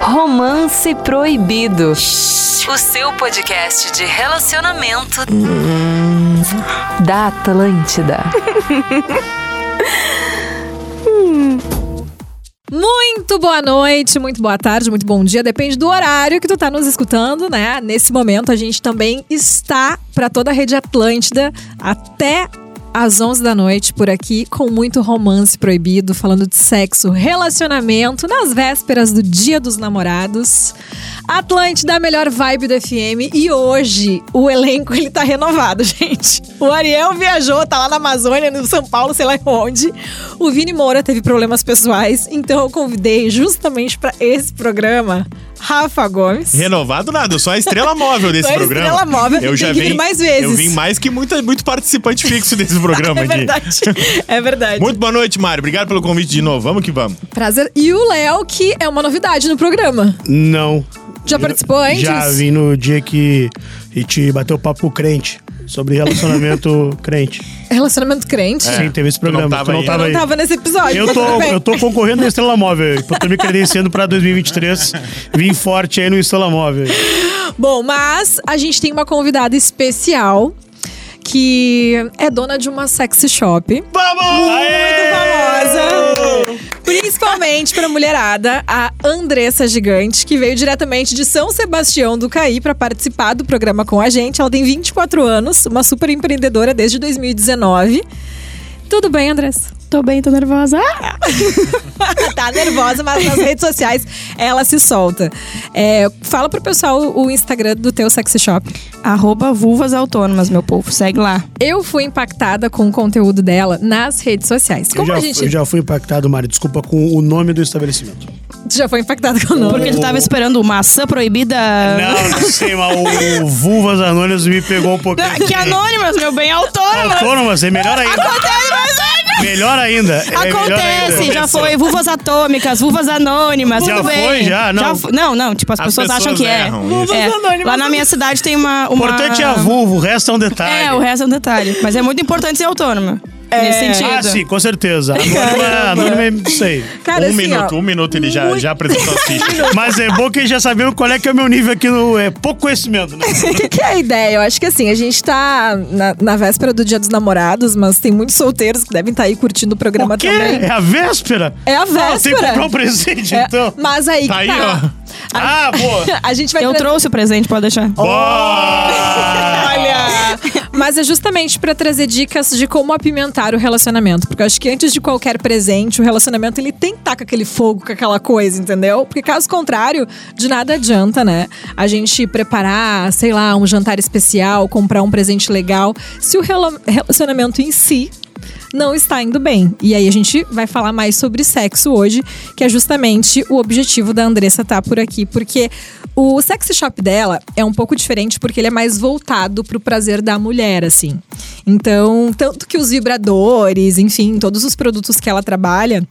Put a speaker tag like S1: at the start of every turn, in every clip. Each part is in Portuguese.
S1: Romance Proibido. O seu podcast de relacionamento da Atlântida.
S2: Muito boa noite, muito boa tarde, muito bom dia. Depende do horário que tu tá nos escutando, né? Nesse momento a gente também está para toda a rede Atlântida até às 11 da noite por aqui com muito romance proibido, falando de sexo, relacionamento nas vésperas do Dia dos Namorados. Atlântida, a melhor vibe do FM e hoje o elenco ele tá renovado, gente. O Ariel viajou, tá lá na Amazônia, no São Paulo, sei lá onde. O Vini Moura teve problemas pessoais, então eu convidei justamente para esse programa Rafa Gomes.
S3: Renovado nada, eu sou a estrela móvel desse
S2: Sou a
S3: programa.
S2: estrela móvel,
S3: eu
S2: tem
S3: já
S2: que
S3: vim
S2: vir mais vezes.
S3: Eu vim mais que muita, muito participante fixo desse programa
S2: É
S3: aqui.
S2: verdade, é verdade.
S3: Muito boa noite, Mário. Obrigado pelo convite de novo. Vamos que vamos.
S2: Prazer. E o Léo, que é uma novidade no programa.
S4: Não.
S2: Já participou antes?
S4: Já vim no dia que a gente bateu papo com o crente. Sobre relacionamento crente.
S2: Relacionamento crente.
S4: É. Sim, teve esse
S3: É, Tu não
S4: programa.
S3: tava
S4: tu não
S3: aí.
S4: tava
S2: Eu
S4: aí.
S2: Não tava nesse episódio.
S4: Eu
S2: mas tudo
S4: tô,
S2: bem.
S4: eu tô concorrendo no Estrela Móvel. aí. Eu tô me credenciando pra 2023. Vim forte aí no Estrela Móvel.
S2: Bom, mas a gente tem uma convidada especial que é dona de uma sexy shop.
S3: Vamos!
S2: Muito famosa. Principalmente pra mulherada, a Andressa Gigante, que veio diretamente de São Sebastião do Caí pra participar do programa com a gente. Ela tem 24 anos, uma super empreendedora desde 2019. Tudo bem, Andressa?
S5: Tô bem, tô nervosa. Ah!
S2: tá nervosa, mas nas redes sociais ela se solta. É, fala pro pessoal o Instagram do teu sexy shop.
S5: Arroba vulvas autônomas, meu povo. Segue lá.
S2: Eu fui impactada com o conteúdo dela nas redes sociais. Como
S4: eu, já,
S2: a gente
S4: eu já fui impactado, Mário. Desculpa, com o nome do estabelecimento.
S2: Tu já foi impactada com o nome?
S5: Porque tu tava esperando maçã proibida.
S2: Ah.
S4: Não, não sei, mas o, o Vulvas Anônimas me pegou um pouquinho.
S5: Ah, Que anônimas, meu bem, autônomas.
S4: Autônomas, é melhor ainda. Melhor ainda. é melhor
S5: Acontece,
S4: ainda.
S5: já foi vulvas atômicas, vulvas anônimas,
S4: Já
S5: tudo
S4: foi,
S5: bem.
S4: já? Não.
S5: fu- não, não, tipo, as,
S3: As
S5: pessoas, acham
S3: pessoas
S5: que
S3: erram
S5: é.
S3: isso. Vulvas
S5: É,
S2: anônimas.
S5: Lá na minha cidade tem uma.
S4: O
S5: uma...
S4: importante é a vulva, o resto é um detalhe.
S5: É, o resto é um detalhe. Mas é muito importante ser autônoma. Nesse sentido.
S4: Ah, sim, com certeza. Anônima, anônima é isso aí.
S2: Cara,
S3: um
S2: assim,
S3: minuto,
S2: ó,
S3: um minuto ele já, já apresentou a ficha.
S4: Mas é bom que já sabemos qual é que é o meu nível aqui no. É pouco conhecimento, né?
S2: o que, que é a ideia? Eu acho que assim, a gente tá na, na véspera do Dia dos Namorados, mas tem muitos solteiros que devem estar aí curtindo o programa
S4: O quê?
S2: também.
S4: É a véspera?
S2: É a
S4: Ah, tem que
S2: véspera.
S4: comprar um presente,
S2: É,
S4: então.
S2: mas aí que
S3: Tá aí,
S2: tá.
S4: Ah, boa.
S2: A gente vai
S5: Eu
S2: trazer-
S5: trouxe o presente, pode deixar.
S2: Oh.
S4: Boa!
S2: Olha! Mas é justamente pra trazer dicas de como apimentar o relacionamento. Porque eu acho que antes de qualquer presente, o relacionamento ele tem que estar com aquele fogo, com aquela coisa, entendeu? Porque caso contrário, de nada adianta, né? A gente preparar, sei lá, um jantar especial, comprar um presente legal, se o rela- relacionamento em si não está indo bem. E aí a gente vai falar mais sobre sexo hoje, que é justamente o objetivo da Andressa estar por aqui, porque o sexy shop dela é um pouco diferente porque ele é mais voltado pro prazer da mulher, assim. Então, tanto que os vibradores, enfim, todos os produtos que ela trabalha,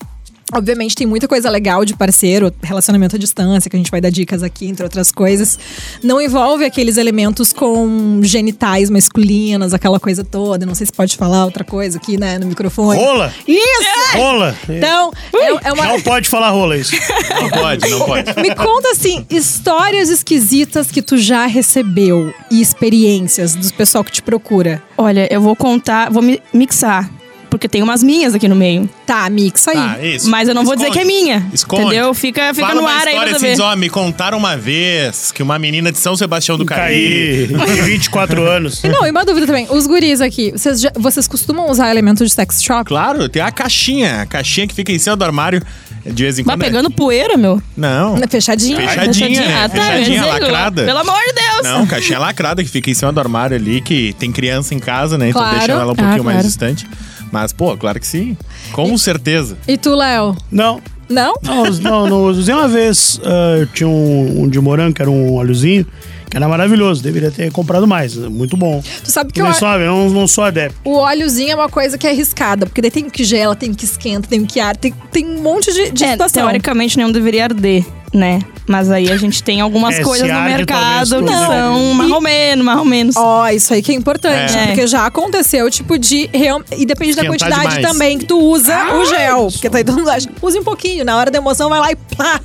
S2: Obviamente tem muita coisa legal de parceiro, relacionamento à distância, que a gente vai dar dicas aqui, entre outras coisas. Não envolve aqueles elementos com genitais masculinas, aquela coisa toda. Não sei se pode falar outra coisa aqui, né, no microfone.
S4: Rola?
S2: Isso!
S4: Rola!
S2: Então, é, é uma.
S4: Não pode falar rola isso.
S3: Não pode, não pode. Tá,
S2: Me conta assim, histórias esquisitas que tu já recebeu e experiências do pessoal que te procura.
S5: Olha, eu vou contar, vou mi- mixar. Porque tem umas minhas aqui no meio.
S2: Tá, mixa aí.
S3: Tá, isso.
S5: Mas eu não vou dizer
S3: Esconde.
S5: que é minha,
S3: Esconde.
S5: entendeu? Fica- fica
S3: Fala
S5: no
S3: uma
S5: ar aí pra
S3: história
S5: saber.
S3: assim, ó, me contaram uma vez que uma menina de São Sebastião do Caí...
S4: Caí, de 24 anos.
S2: E Não, e uma dúvida também. Os guris aqui, vocês, já- vocês costumam usar elementos de sex shop?
S3: Claro, tem a caixinha. A caixinha que fica em cima do armário de vez em
S5: Vai
S3: quando. é-
S5: Tá pegando poeira, meu.
S3: Não.
S2: Fechadinho.
S3: Fechadinha, né?
S5: Ah, tá,
S3: Fechadinha,
S5: eu ia dizer,
S3: lacrada.
S5: Pelo amor de Deus.
S3: Não, caixinha lacrada que fica em cima do armário ali, que tem criança em casa, né?
S2: Claro.
S3: Então deixa ela um
S5: Ah,
S3: pouquinho mais
S5: claro.
S3: distante. Mas, pô, claro que sim. Com certeza.
S2: E tu, Léo?
S4: Não,
S2: Não?
S4: Não, us- não, não usei uma vez. ah, eu tinha um, um de morango, que era um óleozinho, que era maravilhoso. Deveria ter comprado mais. né? Muito bom.
S2: Tu sabe que
S4: não,
S2: o,
S4: sabe, eu não, não sou adepto.
S2: o óleozinho é uma coisa que é arriscada, porque daí tem o que gela, tem o que esquenta, tem o que ar, tem, tem um monte de, de
S5: É,
S2: situação.
S5: teoricamente, nenhum deveria arder. né? Mas aí a gente tem algumas
S4: É,
S5: coisas
S4: se
S5: no
S4: arde, talvez,
S5: mercado
S4: tudo.
S5: que
S4: Não.
S5: são mais ou menos, mais ou menos.
S2: Ó, isso aí que é importante,
S5: É.
S2: porque já aconteceu, tipo, de. real- E depende da
S3: Esquentar
S2: quantidade
S3: demais.
S2: também que tu usa
S5: Ah,
S2: o gel. Porque tá aí todo mundo acha, use um pouquinho, na hora da emoção vai lá e pá!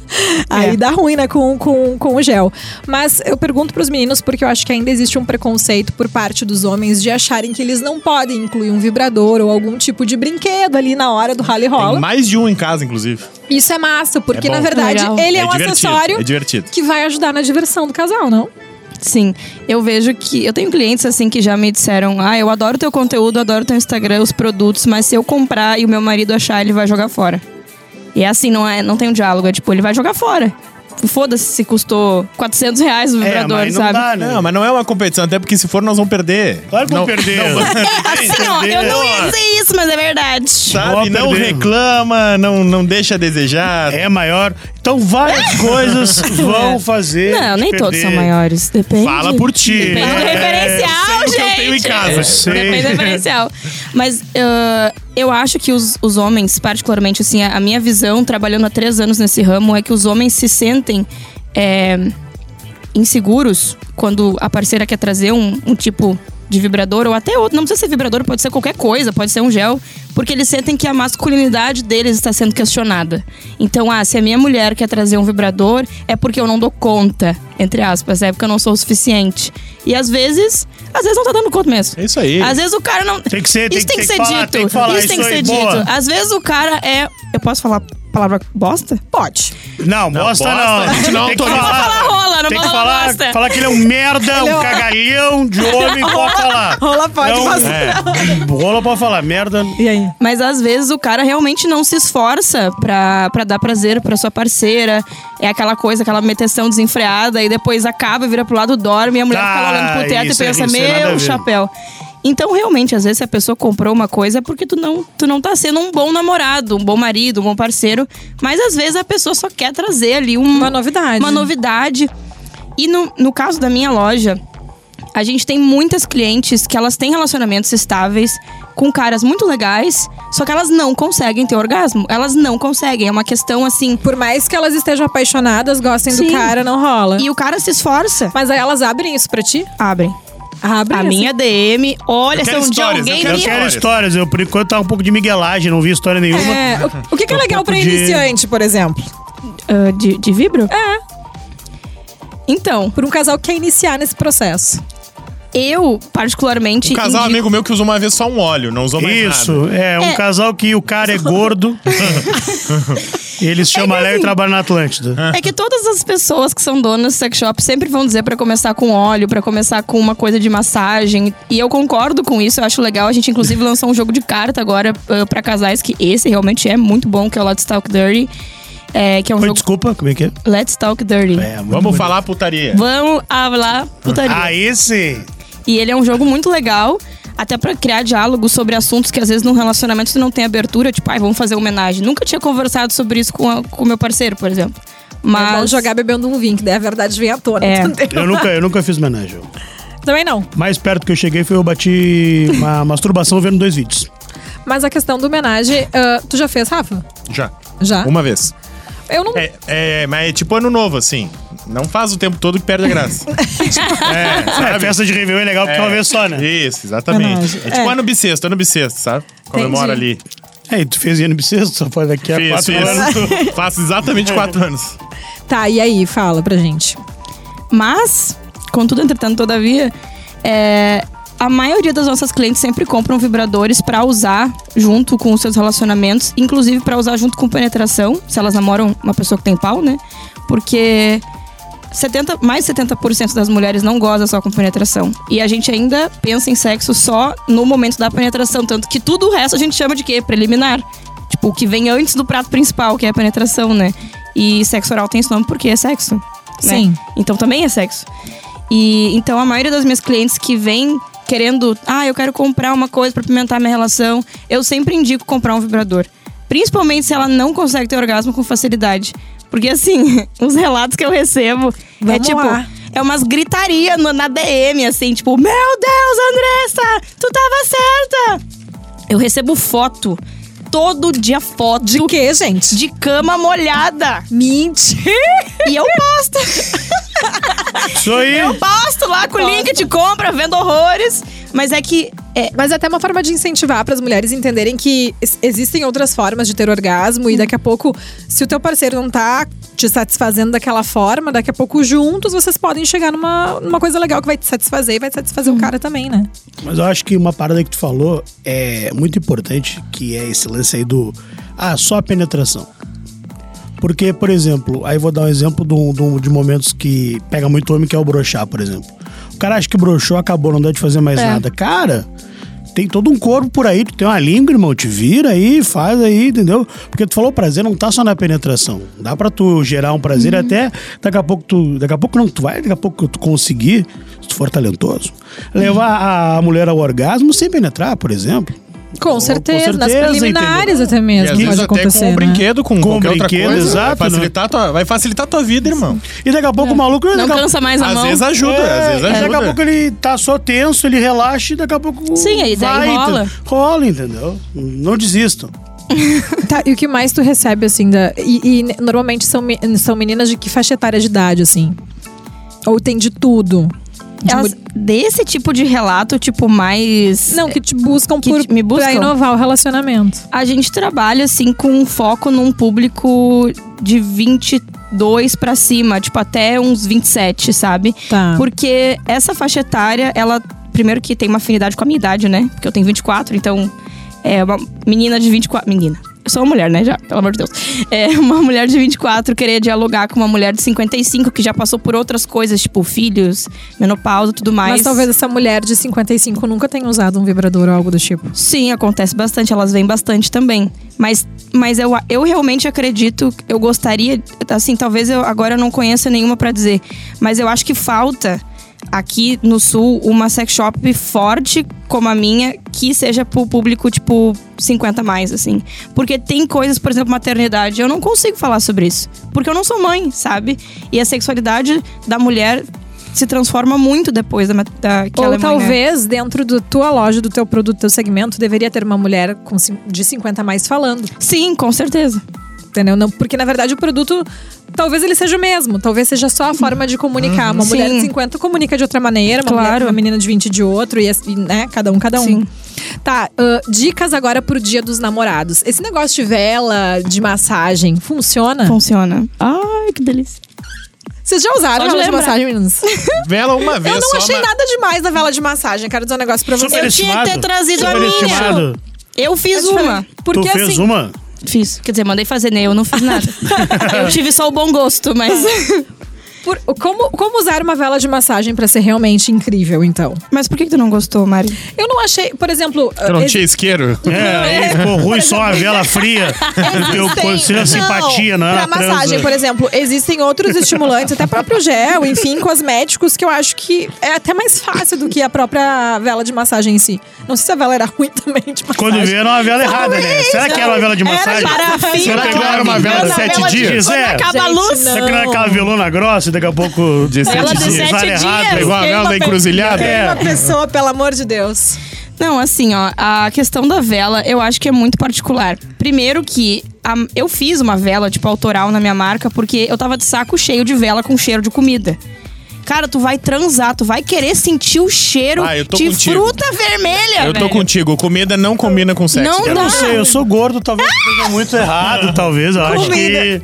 S2: Aí
S5: É.
S2: dá ruim, né, com, com, com o gel. Mas eu pergunto pros meninos, porque eu acho que ainda existe um preconceito por parte dos homens de acharem que eles não podem incluir um vibrador ou algum tipo de brinquedo ali na hora do rally rola.
S3: Tem mais de um em casa, inclusive.
S2: Isso é massa, porque
S3: É bom.
S2: na verdade
S5: Legal.
S2: ele é,
S3: é
S2: um
S3: divertido,
S2: acessório
S3: É divertido.
S2: que vai ajudar na diversão do casal, não?
S5: Sim, eu vejo que. Eu tenho clientes assim que já me disseram: ah, eu adoro teu conteúdo, adoro teu Instagram, os produtos, mas se eu comprar e o meu marido achar, ele vai jogar fora. E é assim, não, é, não tem um diálogo, é tipo, ele vai jogar fora. Foda-se se custou 400 reais o
S4: É,
S5: vibrador,
S4: mas não
S5: sabe?
S4: dá, né?
S3: Não, mas não é uma competição, até porque se for nós vamos perder.
S4: Claro que
S3: não,
S4: vão perder.
S5: Assim, ó, eu não ia dizer isso, mas é verdade.
S3: Sabe,
S4: Vamos
S3: não
S4: perder.
S3: reclama, não, não deixa a desejar.
S4: É maior. Então várias coisas vão fazer.
S5: É. Não,
S4: te
S5: nem todos
S4: perder.
S5: são maiores. Depende.
S3: Fala por ti.
S5: Depende do
S4: É,
S5: referencial,
S3: sei o
S5: gente. É,
S3: que eu tenho em casa. Eu
S4: sei.
S5: Depende do referencial. Mas ah, eu acho que os, os homens, particularmente, assim, a, a minha visão, trabalhando há três anos nesse ramo, é que os homens se sentem é, inseguros quando a parceira quer trazer um, um tipo de vibrador ou até outro. Não precisa ser vibrador, pode ser qualquer coisa, pode ser um gel. Porque eles sentem que a masculinidade deles está sendo questionada. Então, ah, se a minha mulher quer trazer um vibrador, é porque eu não dou conta, entre aspas, é porque eu não sou o suficiente. E às vezes, às vezes não tá dando conta mesmo.
S3: É isso aí.
S5: Às vezes o cara não.
S4: Tem que ser, tem
S5: isso
S4: que-
S5: tem que
S4: tem
S5: ser
S4: que falar,
S5: dito.
S4: tem que falar
S5: Isso tem que
S4: isso
S5: ser
S4: aí,
S5: dito.
S4: boa.
S5: Às vezes o cara é. Eu posso falar palavra bosta?
S2: Pode.
S4: Não, bosta
S3: bosta,
S4: não.
S3: a gente não
S4: Tem que
S3: autoriza.
S5: Não pode falar rola, não
S4: tem que
S5: pode falar
S4: falar,
S5: bosta.
S4: falar que ele é um merda, um cagalhão de homem, pode falar.
S2: Rola pode
S4: Não,
S2: fazer.
S4: é. Rola pode falar, merda.
S2: E aí?
S5: Mas às vezes o cara realmente não se esforça pra, pra dar prazer pra sua parceira. É aquela coisa, aquela meteção desenfreada, e depois acaba, vira pro lado, dorme, e a mulher
S4: Ah,
S5: fica olhando pro teto
S4: isso,
S5: e pensa,
S4: isso, nada a
S5: meu
S4: ver."
S5: chapéu. Então, realmente, às vezes, se a pessoa comprou uma coisa, é porque tu não, tu não tá sendo um bom namorado, um bom marido, um bom parceiro. Mas às vezes a pessoa só quer trazer ali um-
S2: Uma novidade.
S5: Uma novidade. E no, no caso da minha loja, a gente tem muitas clientes que elas têm relacionamentos estáveis com caras muito legais, só que elas não conseguem ter orgasmo. Elas não conseguem. É uma questão assim.
S2: Por mais que elas estejam apaixonadas, gostem
S5: Sim.
S2: do cara, não rola.
S5: E o cara se esforça.
S2: Mas aí elas abrem isso pra ti?
S5: Abrem.
S2: Abrem.
S5: A
S2: assim.
S5: minha DM. Olha,
S3: Eu
S5: se
S3: quero
S5: um dia
S3: histórias, eu
S5: alguém
S3: quero
S4: Eu
S5: me-
S4: quero histórias. Eu, por enquanto, tava um pouco de miguelagem, não vi história nenhuma.
S2: É, o, o que, que é legal pra
S4: pouco de-
S2: iniciante, por exemplo?
S5: Ah, de, de vibro? É. Então,
S2: Por um casal que quer iniciar nesse processo. É
S5: eu, particularmente.
S3: Um casal
S5: indico-
S3: amigo meu que usou uma vez só um óleo, não usou mais nada.
S4: Isso, é um
S5: É.
S4: casal que o cara é gordo. Ele se chama Léo e trabalha na Atlântida.
S5: É que todas as pessoas que são donas de sex shop sempre vão dizer pra começar com óleo, pra começar com uma coisa de massagem. E eu concordo com isso, eu acho legal. A gente, inclusive, lançou um jogo de carta agora ah, pra casais, que esse realmente é muito bom, que é o Let's Talk Dirty. É, que é um
S4: Oi,
S5: jogo.
S4: desculpa, como é que é?
S5: Let's Talk Dirty.
S4: É, muito
S3: Vamos
S4: bonito.
S3: falar putaria.
S5: Vamos falar putaria.
S4: Ah, esse?
S5: E ele é um jogo muito legal, até pra criar diálogo sobre assuntos que às vezes num relacionamento você não tem abertura, tipo, ai, vamos fazer homenagem. Nunca tinha conversado sobre isso com a- com o meu parceiro, por exemplo.
S2: É bom
S5: Mas
S2: jogar bebendo um vinho, que daí a verdade vem à tona.
S5: É.
S2: entendeu?
S4: Eu nunca, eu nunca fiz homenagem.
S2: Também não.
S4: Mais perto que eu cheguei foi eu bati uma masturbação vendo dois vídeos.
S2: Mas a questão do homenagem, ah, tu já fez, Rafa?
S3: Já.
S2: Já?
S3: Uma vez.
S2: Eu não.
S3: É, é, mas é tipo ano novo, assim. Não faz o tempo todo que perde a graça. é,
S4: É, festa de Réveillon é legal porque é uma vez só, né?
S3: Isso, exatamente. É, tipo ano bissexto, ano bissexto, sabe? Comemora ali.
S4: É, e tu fez ano bissexto, só faz daqui a
S3: Fiz,
S4: É quatro anos.
S3: fiz. Faço exatamente quatro anos.
S2: Tá, e aí? Fala pra gente.
S5: Mas, contudo, entretanto, todavia, é, a maioria das nossas clientes sempre compram vibradores pra usar junto com os seus relacionamentos, inclusive pra usar junto com penetração, se elas namoram uma pessoa que tem pau, né? Porque 70, mais de 70% das mulheres não gozam só com penetração. E a gente ainda pensa em sexo só no momento da penetração, tanto que tudo o resto a gente chama de quê? Preliminar. Tipo, o que vem antes do prato principal, que é a penetração, né? E sexo oral tem esse nome porque é sexo. né?
S2: Sim.
S5: Então também é sexo. E então a maioria das minhas clientes que vem querendo, ah, eu quero comprar uma coisa pra pimentar minha relação, eu sempre indico comprar um vibrador. Principalmente se ela não consegue ter orgasmo com facilidade. Porque assim, os relatos que eu recebo é
S2: Vamos
S5: tipo
S2: lá.
S5: é umas gritaria no- na DM assim, tipo, meu Deus, Andressa, tu tava certa. Eu recebo foto todo dia foto
S2: De quê, gente?
S5: de cama molhada.
S2: Mentira!
S5: E eu posto.
S4: Isso aí.
S5: Eu posto lá com o link de compra, vendo horrores. Mas é que é,
S2: Mas até uma forma de incentivar para as mulheres entenderem que es- existem outras formas de ter orgasmo e daqui a pouco, se o teu parceiro não tá te satisfazendo daquela forma, daqui a pouco juntos vocês podem chegar numa, numa coisa legal que vai te satisfazer e vai satisfazer o cara também, né?
S4: Mas eu acho que uma parada que tu falou é muito importante, que é esse lance aí do. Ah, só a penetração. Porque, por exemplo, aí vou dar um exemplo de, um- de um- de momentos que pega muito homem, que é o broxar, por exemplo. O cara acha que broxou, acabou, não dá de fazer mais nada. Cara, tem todo um corpo por aí, tu tem uma língua, irmão, te vira aí, faz aí, entendeu? Porque tu falou o prazer não tá só na penetração. Dá pra tu gerar um
S5: Uhum.
S4: prazer até daqui a pouco tu. Daqui a pouco não, tu vai, daqui a pouco tu conseguir, se tu for talentoso,
S5: Uhum.
S4: levar a mulher ao orgasmo sem penetrar, por exemplo.
S2: Com certeza, nas
S4: certeza,
S2: preliminares
S4: entendeu?
S2: até
S3: E
S2: mesmo
S3: às vezes
S2: pode
S3: até
S2: acontecer.
S3: com um
S2: né?
S3: brinquedo, com,
S4: Com
S3: qualquer
S4: brinquedo,
S3: outra coisa.
S4: exato, né?
S3: vai, facilitar tua, vai facilitar a tua vida, irmão.
S4: E daqui a pouco o maluco.
S5: É. não
S4: daqui a-
S5: cansa mais a
S3: às
S5: mão.
S3: vezes ajuda, É, às vezes
S4: e
S3: ajuda.
S4: É, Daqui a pouco ele tá só tenso, ele relaxa e daqui a pouco.
S5: Sim, aí daí
S4: vai,
S5: rola.
S4: entendeu? Rola, entendeu? Não desistam.
S2: Tá, e o que mais tu recebe, assim, da, e, e normalmente são, me- são meninas de que faixa etária de idade, assim? Ou tem de tudo? De
S5: Elas,
S2: mu-
S5: desse tipo de relato, tipo, mais.
S2: Não, que te buscam
S5: Que
S2: por,
S5: te- me buscam?
S2: pra inovar o relacionamento.
S5: A gente trabalha, assim, com um foco num público de 22 pra cima, tipo, até uns 27, sabe?
S2: Tá.
S5: Porque essa faixa etária, ela. Primeiro que tem uma afinidade com a minha idade, né? Porque eu tenho 24, então. É uma menina de 24. Menina. Eu sou uma mulher, né? Já, pelo amor de Deus. É uma mulher de 24 querer dialogar com uma mulher de 55 que já passou por outras coisas, tipo filhos, menopausa e tudo mais.
S2: Mas talvez essa mulher de 55 nunca tenha usado um vibrador ou algo do tipo.
S5: Sim, acontece bastante, elas vêm bastante também. Mas, mas eu, eu realmente acredito, eu gostaria, assim, talvez eu agora eu não conheça nenhuma pra dizer, mas eu acho que falta aqui no sul uma sex shop forte como a minha que seja pro público tipo 50 mais assim, porque tem coisas, por exemplo, maternidade, eu não consigo falar sobre isso, porque eu não sou mãe, sabe? E a sexualidade da mulher se transforma muito depois da, ma- da que ela
S2: Ou
S5: é mãe, né?
S2: talvez dentro da tua loja, do teu produto, do teu segmento, deveria ter uma mulher com cin- de 50 a mais falando.
S5: Sim, com certeza.
S2: Entendeu? Não, porque na verdade o produto talvez ele seja o mesmo, talvez seja só a forma de comunicar. Uma mulher de
S5: Sim.
S2: 50 comunica de outra maneira, uma, mulher,
S5: Claro.
S2: uma menina de 20 de outro, e, assim, né? Cada um, cada um.
S5: Sim.
S2: Tá, ah, dicas agora pro dia dos namorados. Esse negócio de vela, de massagem, funciona?
S5: Funciona. Ai, que delícia.
S2: Vocês já usaram
S5: Só de
S2: vela de
S5: lembrar.
S2: massagem, meninos?
S3: Vela uma vez
S2: Eu não
S3: só,
S2: achei
S3: mas-
S2: nada demais na vela de massagem. Quero dizer um negócio pra vocês.
S5: Eu tinha que ter trazido a minha.
S4: Superestimado.
S5: Eu fiz uma.
S2: Porque
S4: tu fez um?
S2: assim,
S4: uma?
S5: Fiz. Quer dizer, mandei fazer, né? Eu não fiz nada. eu tive só o bom gosto, mas.
S2: por- como, como usar uma vela de massagem pra ser realmente incrível, então?
S5: mas por que, que tu não gostou, Mari?
S2: Eu não achei, por exemplo. eh,
S3: Eu não
S2: esse-
S3: tinha isqueiro.
S4: É, aí ficou ruim só a vela fria. Porque eu consigo a simpatia, né? não era
S2: Pra massagem, por exemplo, existem outros estimulantes, até próprio gel, enfim, cosméticos, que eu acho que é até mais fácil do que a própria vela de massagem em si. Não sei se a vela era ruim também de massagem.
S4: Quando vieram uma vela errada, né? Será que era uma vela de
S2: Era
S4: massagem?
S2: parafina.
S4: Será que não era uma vela de
S2: Era
S4: sete
S2: vela de-
S4: dias?
S5: Quando
S4: É.
S5: acaba a
S2: Gente,
S5: luz.
S4: Será que não é aquela velona grossa e daqui a pouco.
S3: De sete
S5: Vela de
S3: dias.
S5: sete
S4: Usaram
S5: dias.
S4: errado,
S3: Igual a
S5: Quem
S3: vela da
S5: não pe-
S3: encruzilhada.
S4: É.
S2: Tem uma pessoa, pelo amor de Deus.
S5: Não, assim, ó, a questão da vela eu acho que é muito particular. Primeiro que a- eu fiz uma vela, tipo, autoral na minha marca, porque eu tava de saco cheio de vela com cheiro de comida. Cara, tu vai transar, tu vai querer sentir o cheiro
S3: Ah, eu tô
S5: de
S3: contigo.
S5: fruta
S2: é
S5: vermelha,
S3: Eu
S5: velho.
S3: tô contigo. Comida não combina com sexo.
S5: Não
S3: cara.
S4: Eu
S5: dá.
S4: não sei, eu sou gordo, talvez seja muito errado, talvez. Eu acho que.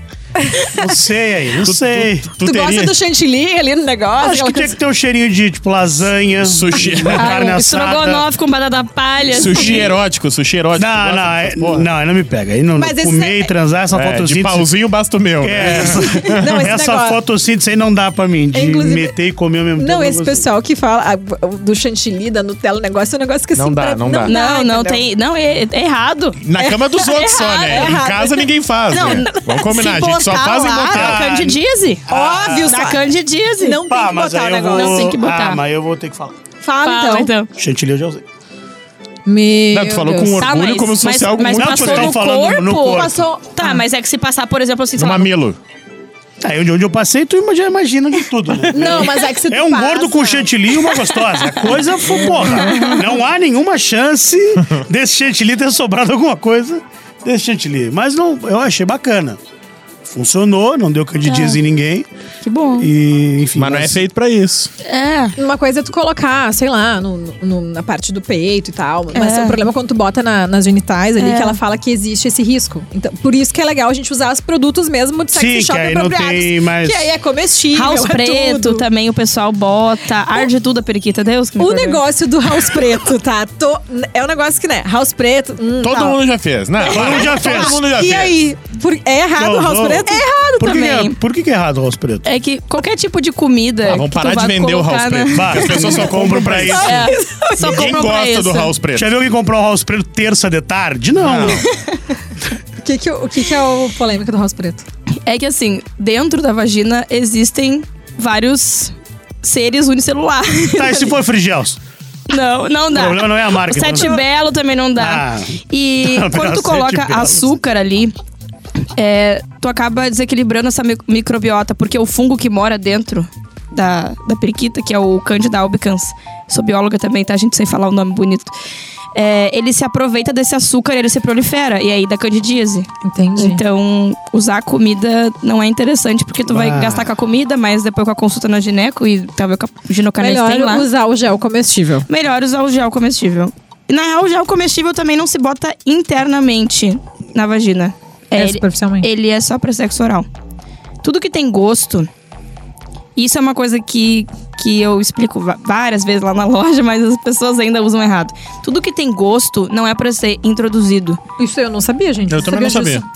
S4: Não sei aí, não sei.
S3: Tu,
S2: Tu
S3: teria
S2: gosta do chantilly ali no negócio?
S4: Um Acho que
S2: aquela
S4: tinha que ter um cheirinho de, tipo, lasanha,
S3: Sushi.
S4: carne
S5: Ah, um
S4: assada.
S5: estrogonofe com batata palha.
S3: sushi erótico, sushi erótico. Tu
S4: Não,
S3: gosta
S4: não,
S3: dessas
S4: é-
S3: porra?
S4: não, aí não me pega. Aí não,
S2: Mas esse
S4: comer
S2: é-
S4: e transar essa
S3: É, de
S4: fotossíntese.
S3: pauzinho basta o meu.
S4: É, essa
S2: Não, esse
S4: essa
S2: negócio-
S4: fotossíntese aí não dá pra mim, de
S2: Inclusive-
S4: meter e comer ao mesmo tempo.
S2: Não, esse
S4: gostei.
S2: pessoal que fala ah, do chantilly, da Nutella, o negócio é um negócio que assim...
S3: Não dá,
S2: pra-
S3: não dá.
S5: Não, não
S2: entendeu?
S5: tem. Não, é, é errado.
S3: Na cama dos outros só, né?
S2: errado,
S3: Em casa ninguém faz,
S5: Não,
S3: né? Vamos combinar, a gente
S5: se
S3: só
S5: botar
S3: faz em
S2: Ah,
S5: lá,
S3: motel.
S5: Da candidíase.
S2: Óbvio,
S5: Da
S2: Ah, só.
S5: candidíase.
S2: Não tem
S4: Pá,
S2: que
S4: mas
S2: botar o
S4: aí eu vou...
S2: negócio.
S5: Não, tem que botar.
S4: Ah, mas eu vou ter que falar.
S2: Fala, então.
S5: Fala, então.
S4: Chantilly eu já usei.
S2: Meu
S3: Não, tu falou
S2: Deus.
S3: com Um orgulho
S5: Tá, mas-
S3: como se fosse
S5: mas-
S3: algo
S5: mas
S3: muito...
S4: Não,
S5: passou
S4: vocês estão
S5: no
S4: falando
S5: corpo?
S4: no corpo.
S2: Passou...
S3: Ah.
S5: Tá, mas é que se passar, por exemplo, assim,
S3: No
S5: sei lá,
S3: mamilo.
S4: Tá, eu de onde eu passei, tu ima- já imagina de tudo, né?
S2: Não, mas é que se tu
S4: É um
S2: passa-
S4: gordo com chantilly e uma gostosa. A coisa, pô, porra, não há nenhuma chance desse chantilly ter sobrado alguma coisa desse chantilly. Mas não, eu achei bacana. Funcionou, não deu
S2: É.
S4: candidíase em ninguém.
S5: Que bom.
S4: E, enfim.
S3: Mas não é feito pra isso.
S5: É.
S2: Uma coisa é tu colocar, sei lá, no- no- na parte do peito e tal. Mas
S5: É.
S2: o problema é quando tu bota na- nas genitais ali,
S5: É.
S2: que ela fala que existe esse risco. Então, por isso que é legal a gente usar os produtos mesmo de
S4: Sim,
S2: sex
S4: que
S2: shop
S4: aí não
S2: apropriados.
S4: tem mais-
S2: Que aí é comestível,
S5: House
S2: é
S5: preto
S2: tudo.
S5: também o pessoal bota. Arde tudo a periquita. Deus que me
S2: O
S5: perdoe.
S2: negócio do house preto, tá? Tô- é um negócio que, né? House preto. hum,
S3: Todo
S2: tá.
S3: mundo já fez, né? Todo mundo já fez. Todo mundo já
S2: E
S3: fez.
S2: aí? Por- é errado o house
S4: Não, não.
S2: preto?
S4: É
S2: errado
S4: por que que é-
S5: também.
S4: por que, que é errado o rosto preto?
S5: É que qualquer tipo de comida.
S3: Ah, vamos
S5: que tu
S3: parar de
S5: vá
S3: vender o House
S5: colocar na-
S3: Preto.
S4: na-
S3: porque As pessoas só compram pra isso.
S5: É, só
S3: Ninguém
S5: compram pra
S3: gosta
S5: isso.
S3: do House Preto.
S4: Já viu alguém comprar um house preto terça de tarde? Não.
S3: Não.
S2: O que, que, o que, que é o polêmica do house preto?
S5: É que assim, dentro da vagina existem vários seres unicelulares.
S4: Tá, e se for frigels?
S5: Não, não dá.
S4: O problema não é a marca,
S5: O Sete
S4: então.
S5: Belo também não dá.
S4: Ah.
S5: E
S4: Não,
S5: quando
S4: Sete
S5: tu coloca
S4: Belos.
S5: açúcar ali, é, tu acaba desequilibrando essa mi- microbiota, porque o fungo que mora dentro da, da periquita, que é o Candida albicans, sou bióloga também, tá, gente? Sem falar o nome bonito. É, ele se aproveita desse açúcar e ele se prolifera. E aí dá candidíase.
S2: Entendi.
S5: Então, usar a comida não é interessante, porque tu vai
S4: Bah.
S5: gastar com a comida, mas depois com a consulta na gineco e talvez com a ginecanesta tem lá.
S2: Melhor usar o gel comestível.
S5: Melhor usar o gel comestível. E, Na real, o gel comestível também não se bota internamente na vagina.
S2: É,
S5: ele,
S2: superficialmente.
S5: ele é só pra sexo oral. Tudo que tem gosto... Isso é uma coisa que, que eu explico va- várias vezes lá na loja, mas as pessoas ainda usam errado. Tudo que tem gosto não é pra ser introduzido.
S2: Isso eu não sabia, gente.
S3: Eu
S2: Você
S3: também não sabia.
S2: disso?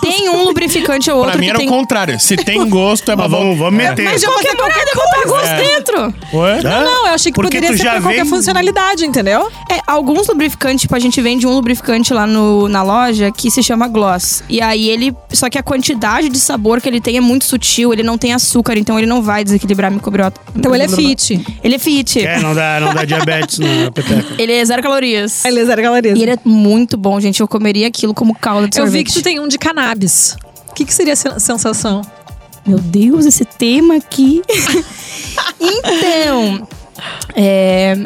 S5: Tem um lubrificante ou outro
S3: Pra mim
S5: que
S3: era
S5: tem
S3: o contrário. Se tem gosto, é
S4: Mas
S3: bom.
S4: vamos, vamos meter.
S5: Mas já qualquer mulher coloca gosto dentro.
S3: Ué?
S4: Hã?
S2: Não, eu achei que
S4: Porque
S2: poderia
S4: tu
S2: ser
S4: já
S2: pra qualquer
S4: vem-
S2: funcionalidade, entendeu?
S5: É, alguns lubrificantes, tipo, a gente vende um lubrificante lá no, na loja que se chama Gloss. E aí ele. Só que a quantidade de sabor que ele tem é muito sutil, ele não tem açúcar, então ele não vai desequilibrar a microbiota.
S2: Então ele é fit.
S5: Ele é fit.
S4: É, não dá, não dá diabetes na peteca.
S5: Ele é zero calorias.
S2: Ele é zero calorias.
S5: E ele é muito bom, gente. Eu comeria aquilo como calda de
S2: Eu vi
S5: sorvete.
S2: que tu tem um de cannabis. O que, que seria a sen- sensação?
S5: Meu Deus, esse tema aqui. então, é,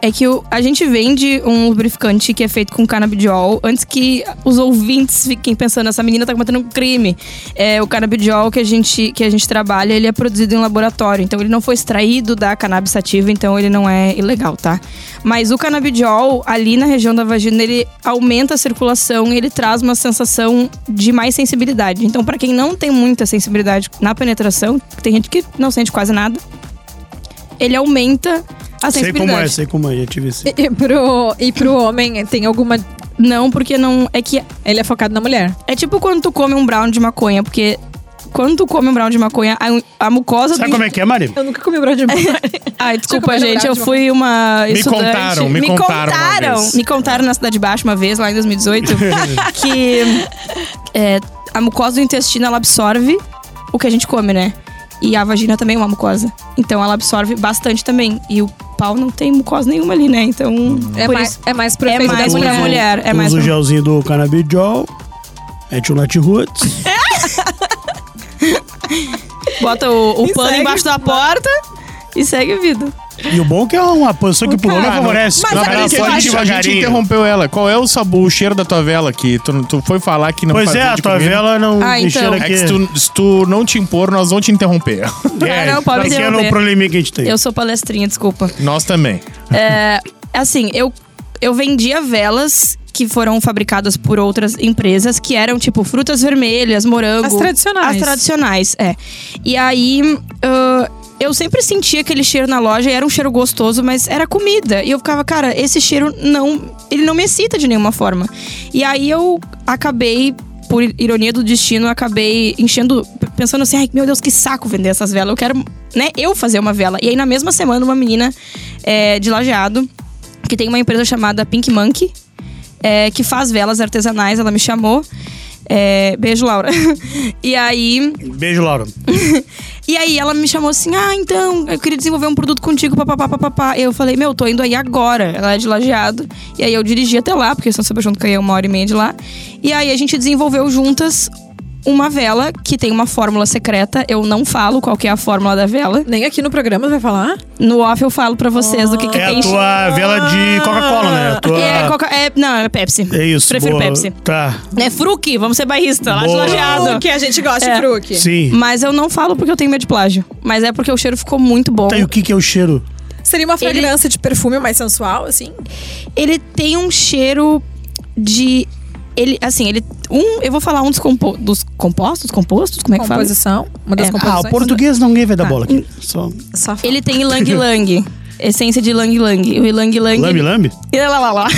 S5: é que o- a gente vende um lubrificante que é feito com canabidiol antes que os ouvintes fiquem pensando, essa menina tá cometendo um crime. É, o canabidiol que a, gente, que a gente trabalha, ele é produzido em laboratório, então ele não foi extraído da cannabis sativa, então ele não é ilegal, tá? Mas o canabidiol, ali na região da vagina, ele aumenta a circulação e ele traz uma sensação de mais sensibilidade. Então, pra quem não tem muita sensibilidade na penetração, tem gente que não sente quase nada, ele aumenta a
S4: Sei como é,
S5: sensibilidade.
S4: sei como é, já tive esse.
S2: E, e pro, e pro homem, tem alguma.
S5: Não, porque não. É que.
S2: Ele é focado na mulher.
S5: É tipo quando tu come um brown de maconha, porque. Quando tu come um brown de maconha, a, a mucosa
S4: Sabe
S5: do.
S4: como é que é, Mari?
S2: Eu nunca comi brown de
S5: Ai, desculpa,
S2: Deixa eu comer
S5: gente. Eu
S2: um brown
S5: fui uma
S3: Me
S5: estudante.
S3: contaram, me contaram uma
S5: contaram.
S3: vez.
S5: Me contaram na Cidade Baixa uma vez, lá em 2018, que é, a mucosa do intestino ela absorve o que a gente come, né? E a vagina também é uma mucosa. Então ela absorve bastante também. E o pau não tem mucosa nenhuma ali, né? Então.
S2: é,
S5: por
S2: mais,
S5: isso.
S2: é mais pro
S5: É
S2: efeito da
S5: mais pra
S2: mulher.
S5: mulher. É mais
S4: Usa o
S5: pra
S4: gelzinho do canabidiol. Mete o Nut Roots.
S5: Bota o,
S2: E
S5: o pano
S2: segue.
S5: embaixo da porta e segue a vida.
S4: E o bom é que é uma posição que pro homem
S3: Cara,
S4: favorece.
S2: mas
S3: Não,
S2: a
S3: peraí, que
S2: gente-
S3: a, gente, a gente
S4: devagarinho.
S3: interrompeu ela. Qual é o sabor, o cheiro da tua vela que tu, tu foi falar que não
S4: Pois é,
S3: fazia
S4: a
S3: de
S4: tua
S3: comida?
S4: vela não
S5: Ah, então.
S4: encheram
S3: É
S4: aqui.
S3: que se tu, se tu não te impor, nós vamos te interromper.
S4: É,
S5: Ah, não, pode
S4: porque é
S5: interromper.
S4: um probleminha que a gente tem.
S5: Eu sou palestrinha, desculpa.
S3: Nós também.
S5: É, assim, eu, eu vendia velas que foram fabricadas por outras empresas que eram tipo frutas vermelhas, morango.
S2: As tradicionais.
S5: As tradicionais, é. E aí. ah, eu sempre sentia aquele cheiro na loja e era um cheiro gostoso, mas era comida. E eu ficava, cara, esse cheiro não. Ele não me excita de nenhuma forma. E aí eu acabei, por ironia do destino, acabei enchendo. Pensando assim, ai meu Deus, que saco vender essas velas. Eu quero, né, eu fazer uma vela. E aí na mesma semana, uma menina é, de lajeado, que tem uma empresa chamada Pink Monkey, é, que faz velas artesanais, ela me chamou. É, beijo, Laura. e aí.
S4: Beijo, Laura.
S5: E aí ela me chamou assim: ah, então, eu queria desenvolver um produto contigo, papapá, papapá. Eu falei: meu, tô indo aí agora. Ela é de lajeado. E aí eu dirigi até lá, porque São Sebastião do Caí é uma hora e meia de lá. E aí a gente desenvolveu juntas uma vela que tem uma fórmula secreta. Eu não falo qual que é a fórmula da vela.
S2: Nem aqui no programa vai falar?
S5: No off eu falo pra vocês do que, que
S4: É
S5: tem.
S4: a tua vela de Coca-Cola, né? A tua...
S5: É, Coca- é- não, é Pepsi.
S4: É isso.
S5: Prefiro
S4: boa.
S5: Pepsi.
S4: Tá.
S5: É Fruki, vamos ser bairrista, lá de
S4: Boa.
S5: lajeado.
S2: que a gente gosta de Fruc.
S4: Sim.
S5: Mas eu não falo porque eu tenho medo de plágio. Mas é porque o cheiro ficou muito bom.
S4: Tá, e o que, que é o cheiro?
S2: Seria uma fragrância de perfume mais sensual, assim?
S5: Ele tem um cheiro de. Ele, assim, ele. Um, eu vou falar um dos, compo, dos compostos, compostos? Como é que fala?
S2: Composição. Uma das
S5: É. Ah,
S4: Ah, o
S2: composições.
S4: português ninguém
S5: Tá.
S4: vai dar bola aqui.
S5: Hum.
S4: Só...
S2: Só fala.
S5: Ele tem ilang ilang. Essência de ilang ilang. O ilang ilang.
S4: Lambe, lambe?
S5: Lá, lá, lá.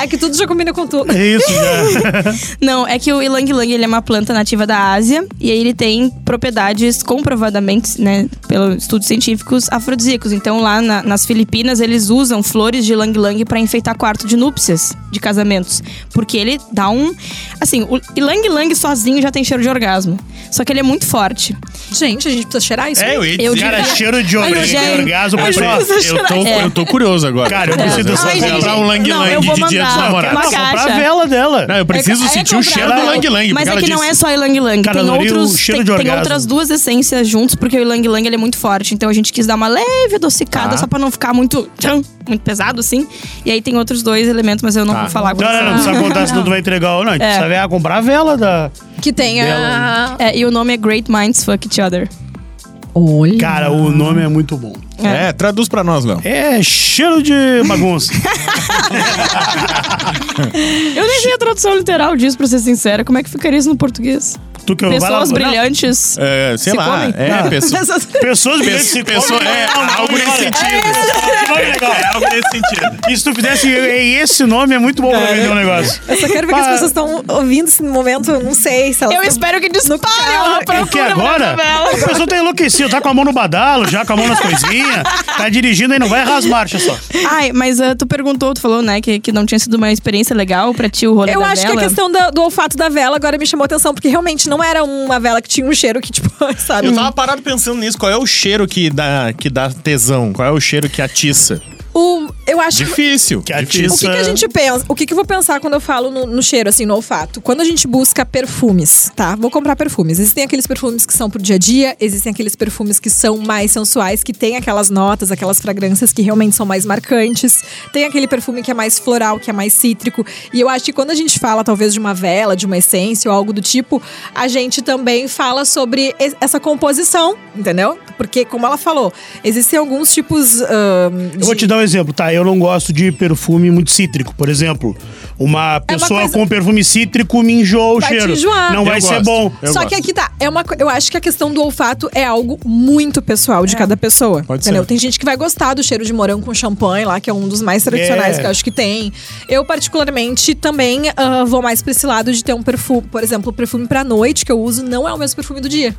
S2: É que tudo já combina com tudo.
S4: É isso, já.
S5: Não, é que o ilang ilang ele é uma planta nativa da Ásia e aí ele tem propriedades comprovadamente, né, pelos estudos científicos afrodisíacos. Então lá na- nas Filipinas eles usam flores de ilang ilang para enfeitar quarto de núpcias, de casamentos, porque ele dá um, assim, o ilang ilang sozinho já tem cheiro de orgasmo. Só que ele é muito forte.
S2: Gente, a gente precisa cheirar isso.
S3: É, eu
S2: mesmo?
S3: ia
S5: Eu
S3: dizer.
S4: Cara,
S5: diria-
S4: cheiro de homem,
S5: Ai,
S4: de
S5: gente.
S4: orgasmo.
S5: Ai,
S4: pessoal.
S5: Jesus.
S3: Eu tô,
S5: É.
S3: eu tô curioso agora.
S4: Cara, eu preciso dessa
S3: Ai,
S5: vela.
S3: comprar um Lang
S5: Não, eu
S3: Lang
S5: vou
S3: de dia dos
S5: mandar
S3: namorados.
S5: uma
S4: Não, comprar
S5: caixa.
S4: a vela dela.
S3: Não, eu preciso
S5: É- é
S3: sentir o
S5: comprar
S3: cheiro do
S5: vela.
S3: Lang Lang. por
S5: Mas é
S3: causa
S5: que não é
S3: disso.
S5: só Ilang Ilang.
S4: Cara,
S5: tem,
S4: adorei o
S5: outros,
S4: cheiro
S5: tem,
S4: de
S5: tem
S4: orgasmo.
S5: outras duas essências juntos, porque o Ilang Ilang ele é muito forte. Então a gente quis dar uma leve adocicada,
S3: Tá.
S5: só pra não ficar muito tchan, muito pesado, assim. E aí tem outros dois elementos, mas eu não
S3: Tá.
S5: vou falar agora.
S4: Não, não, não, não precisa contar, senão tu vai entregar. Não, a gente precisa ver, ah, comprar a vela da.
S2: Que tem a...
S5: É, e o nome é Great Minds Fuck Each Other.
S2: Olha.
S4: Cara,
S5: Hum.
S4: o nome é muito bom.
S3: É, traduz pra nós, Léo.
S4: É cheiro de bagunça.
S5: Eu nem sei a tradução literal disso, pra ser sincera. Como é que ficaria isso no português?
S4: tu que vai lá-
S5: Pessoas
S4: não,
S5: brilhantes.
S3: É, sei
S5: Se
S3: lá.
S5: comem? Ah.
S3: É,
S4: Não.
S3: pessoa.
S4: Pessoas brilhantes. se
S3: Pessoa, pessoa
S4: comem.
S3: é,
S4: Não, não,
S3: algo nesse
S4: olha,
S3: sentido.
S4: que nome legal.
S3: É algo nesse sentido.
S4: E se tu fizesse e- esse nome, é muito bom pra vender um negócio.
S2: Eu só quero ver que as
S4: Ah.
S2: pessoas estão ouvindo esse momento. Eu não sei se elas
S5: Eu
S2: tão-
S5: espero que disparem
S2: carro.
S5: uma
S4: É que
S5: procura
S4: agora
S5: pra novela.
S4: a pessoa tá enlouquecida, tá com a mão no badalo, já com a mão nas coisinhas, tá dirigindo e não vai errar as marchas só.
S5: Ai, mas ah, tu perguntou, tu falou, né, que, que não tinha sido uma experiência legal pra ti o rolê
S2: Eu
S5: da
S2: acho que
S5: vela.
S2: a questão da- do olfato da vela agora me chamou atenção, porque realmente não era uma vela que tinha um cheiro que, tipo, sabe?
S3: Eu tava parado pensando nisso. Qual é o cheiro que dá, que dá tesão? Qual é o cheiro que atiça?
S2: O, eu acho que
S3: Difícil.
S4: Que atiça.
S2: O que,
S3: difícil.
S2: que a gente pensa? O que, que eu vou pensar quando eu falo no, no cheiro, assim, no olfato? Quando a gente busca perfumes, tá? Vou comprar perfumes. Existem aqueles perfumes que são pro dia a dia, existem aqueles perfumes que são mais sensuais, que tem aquelas notas, aquelas fragrâncias que realmente são mais marcantes. Tem aquele perfume que é mais floral, que é mais cítrico. E eu acho que quando a gente fala, talvez, de uma vela, de uma essência ou algo do tipo, a gente também fala sobre es- essa composição, entendeu? Porque, como ela falou, existem alguns tipos. ahn,
S4: Eu vou
S2: de-
S4: te dar um exemplo, tá? Eu não gosto de perfume muito cítrico, por exemplo. Uma pessoa
S2: É coisa-
S4: com um perfume cítrico me enjoa o
S2: Vai te
S4: cheiro.
S2: enjoar.
S4: Não
S2: Eu
S4: vai ser
S3: gosto.
S4: bom.
S3: Eu
S2: Só
S3: gosto.
S2: que aqui tá. É uma, co- eu acho que a questão do olfato é algo muito pessoal
S5: É.
S2: de cada pessoa.
S3: Pode
S2: entendeu?
S3: ser.
S2: Tem gente que vai gostar do cheiro de morango com champanhe lá, que é um dos mais tradicionais
S4: É.
S2: que eu acho que tem. Eu, particularmente, também ah, vou mais pra esse lado de ter um perfume. Por exemplo, o perfume pra noite que eu uso não é o mesmo perfume do dia.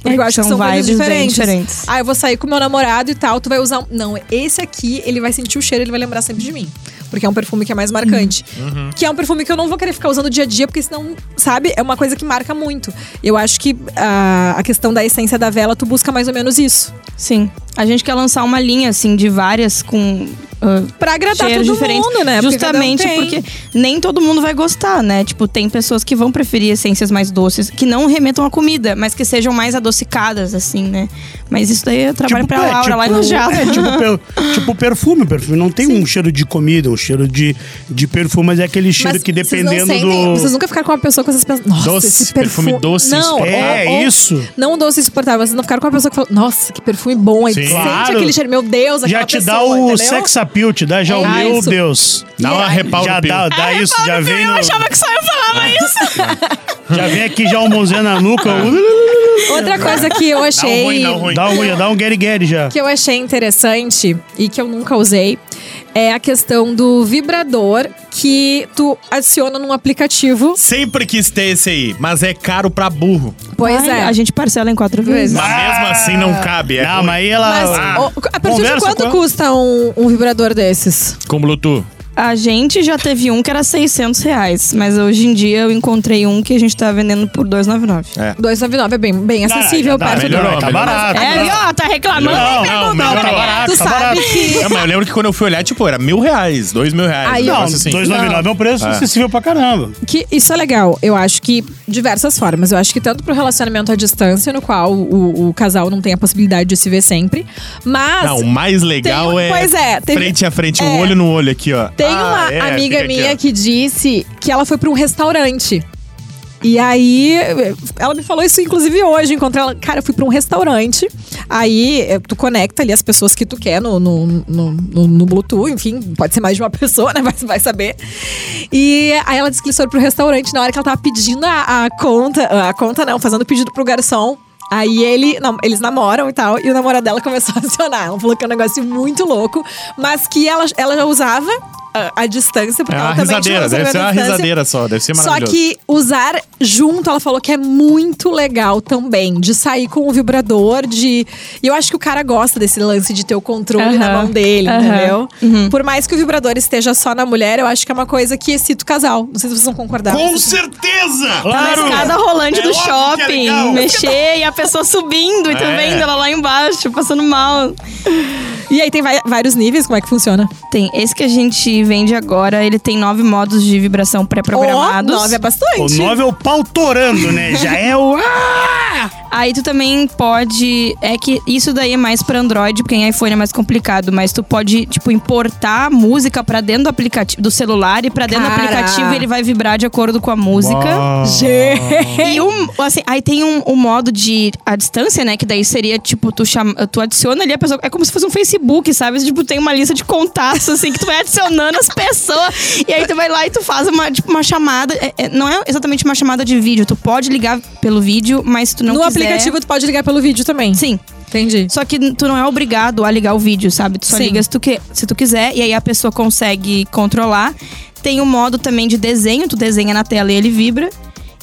S2: Porque
S5: É,
S2: eu acho que são
S5: são
S2: coisas
S5: vibes bem
S2: diferentes.
S5: diferentes.
S2: Ah, eu vou sair com meu namorado e tal, tu vai usar. um- Não, esse aqui, ele vai sentir o cheiro, ele vai lembrar sempre de mim. Porque é um perfume que é mais marcante.
S4: Uhum.
S2: Que é um perfume que eu não vou querer ficar usando dia a dia, porque senão, sabe, é uma coisa que marca muito. Eu acho que ah, a questão da essência da vela, tu busca mais ou menos isso.
S5: Sim. A gente quer lançar uma linha, assim, de várias com. ah,
S2: Pra agradar
S5: cheiros
S2: todo
S5: diferentes.
S2: mundo, né? Porque cada um
S5: Justamente
S2: tem.
S5: porque nem todo mundo vai gostar, né? Tipo, tem pessoas que vão preferir essências mais doces, que não remetam à comida, mas que sejam mais adocicadas, assim, né? Mas isso daí eu trabalho pra
S4: é,
S5: Laura lá em Lajeado.
S4: é, tipo, per- tipo perfume, perfume. Não tem um cheiro de comida, um cheiro de, de perfume, mas é aquele cheiro
S2: Mas
S4: que
S2: vocês não
S4: dependendo
S2: sentem-
S4: do.
S2: Vocês nunca ficaram com uma pessoa que vocês pensam, nossa,
S3: Doce,
S2: esse
S3: perfume
S2: perfume...
S3: doce,
S2: Não,
S4: É,
S2: ou- ou-
S4: isso.
S2: Não um doce insuportável. Vocês não ficaram com uma pessoa que fala, nossa, que perfume bom. Aí
S3: Sim.
S2: sente
S4: Claro.
S2: aquele cheiro, meu Deus, aquela
S4: Já te
S2: pessoa,
S4: dá o
S2: entendeu?
S4: sex appeal, te dá já
S2: É
S4: o meu
S2: isso.
S4: Deus.
S3: Dá uma repau
S4: já
S3: no
S4: dá,
S3: pio.
S4: dá isso, já vem, no-
S5: que só eu falava isso.
S4: já vem aqui já o mãozinha na nuca,
S2: Outra coisa que eu achei.
S3: ruim, dá ruim.
S4: dá um, dá um get get já.
S2: que eu achei interessante e que eu nunca usei é a questão do vibrador que tu adiciona num aplicativo.
S3: Sempre quis ter esse aí, mas é caro pra burro.
S2: Pois
S5: Ai,
S2: é.
S5: A gente parcela em quatro vezes.
S3: Mas mesmo assim não cabe. É
S4: Ah,
S3: ruim.
S4: mas aí ela.
S2: Mas
S4: Ah,
S2: ó, a partir de
S4: conversa
S2: quanto
S4: com ela.
S2: custa um, um vibrador desses?
S3: Com Bluetooth.
S5: A gente já teve um que era 600 reais, mas hoje em dia eu encontrei um que a gente tá vendendo por 2,99.
S3: É.
S2: 299 é bem, bem acessível
S3: Tá,
S2: perto do-
S3: melhorou,
S4: Tá
S3: melhorou.
S4: barato.
S5: É, viu? Ó, Tá reclamando.
S3: Não,
S5: nem
S3: não,
S5: perguntou,
S3: melhorou, tá
S5: né?
S3: barato,
S2: Tu
S3: tá
S2: sabe
S3: barato.
S2: que-
S3: Não, mas eu lembro que quando eu fui olhar, tipo, era mil reais, dois mil reais.
S2: Aí, ó,
S3: um
S4: Não,
S3: negócio assim.
S4: 299 é um preço
S3: É.
S4: acessível pra caramba.
S2: Que isso é legal. Eu acho que diversas formas. Eu acho que tanto pro relacionamento à distância, no qual o, o casal não tem a possibilidade de se ver sempre, mas.
S3: Não, o mais legal
S2: Tem-
S3: é,
S2: pois é, teve-
S3: frente a frente,
S2: é.
S3: o olho no olho aqui, ó.
S2: Tem
S3: Ah,
S2: uma
S3: é,
S2: amiga
S3: fica aqui,
S2: minha
S3: ó.
S2: que disse que ela foi pra um restaurante. E aí, ela me falou isso inclusive hoje. eu Encontrei ela. Cara, eu fui pra um restaurante. Aí, eh, tu conecta ali as pessoas que tu quer no, no, no, no- no Bluetooth. Enfim, pode ser mais de uma pessoa, né? Vai, vai saber. E aí, ela disse que eles foram pro restaurante. Na hora que ela tava pedindo a, a conta, a conta não, fazendo o pedido pro garçom. Aí ele, não, eles namoram e tal, e o namorado dela começou a acionar. Ela falou que é um negócio muito louco, mas que ela, ela já usava a, a distância,
S3: É
S2: porque
S3: uma
S2: ela também tinha
S3: risadeira, deve
S2: usado
S3: ser
S2: a
S3: uma
S2: distância.
S3: risadeira só, deve ser
S2: Só
S3: maravilhoso.
S2: que usar junto, ela falou que é muito legal também. De sair com o vibrador, de. E eu acho que o cara gosta desse lance de ter o controle
S5: Aham.
S2: na mão dele,
S5: Aham.
S2: entendeu? Por mais que o vibrador esteja só na mulher, eu acho que é uma coisa que excita o casal. Não sei se vocês vão concordar.
S3: Com certeza!
S5: Na escada rolante
S3: É
S5: do
S3: óbvio que é
S5: shopping,
S3: legal.
S5: mexer e a pessoa subindo e tu
S3: É.
S5: vendo ela lá embaixo, passando mal.
S2: E aí tem vai- vários níveis, como é que funciona?
S5: Tem esse que a gente vende agora, ele tem nove modos de vibração pré-programados.
S2: Ó, nove é
S4: O
S2: bastante.
S4: 9 é o pau torando, né? Já é o.
S5: Aí tu também pode. É que isso daí é mais pra Android, porque em iPhone é mais complicado, mas tu pode, tipo, importar música pra dentro do aplicativo do celular e pra dentro
S2: Cara.
S5: do aplicativo ele vai vibrar de acordo com a música.
S2: Gente.
S5: E um, assim, aí tem um, um modo de a distância, né? Que daí seria, tipo, tu, chama, tu adiciona ali a pessoa. É como se fosse um Facebook, sabe? Tipo, tem uma lista de contatos, assim, que tu vai adicionando as pessoas. E aí tu vai lá e tu faz uma, tipo, uma chamada. É- é- não é exatamente uma chamada de vídeo. Tu pode ligar pelo vídeo, mas se tu não
S2: no
S5: quiser-
S2: aplicativo tu pode ligar pelo vídeo também.
S5: Sim.
S2: Entendi.
S5: Só que tu não é obrigado a ligar o vídeo, sabe? Tu só
S2: Sim.
S5: liga se tu, que, se tu quiser e aí a pessoa consegue controlar. Tem o modo também de desenho, tu desenha na tela e ele vibra.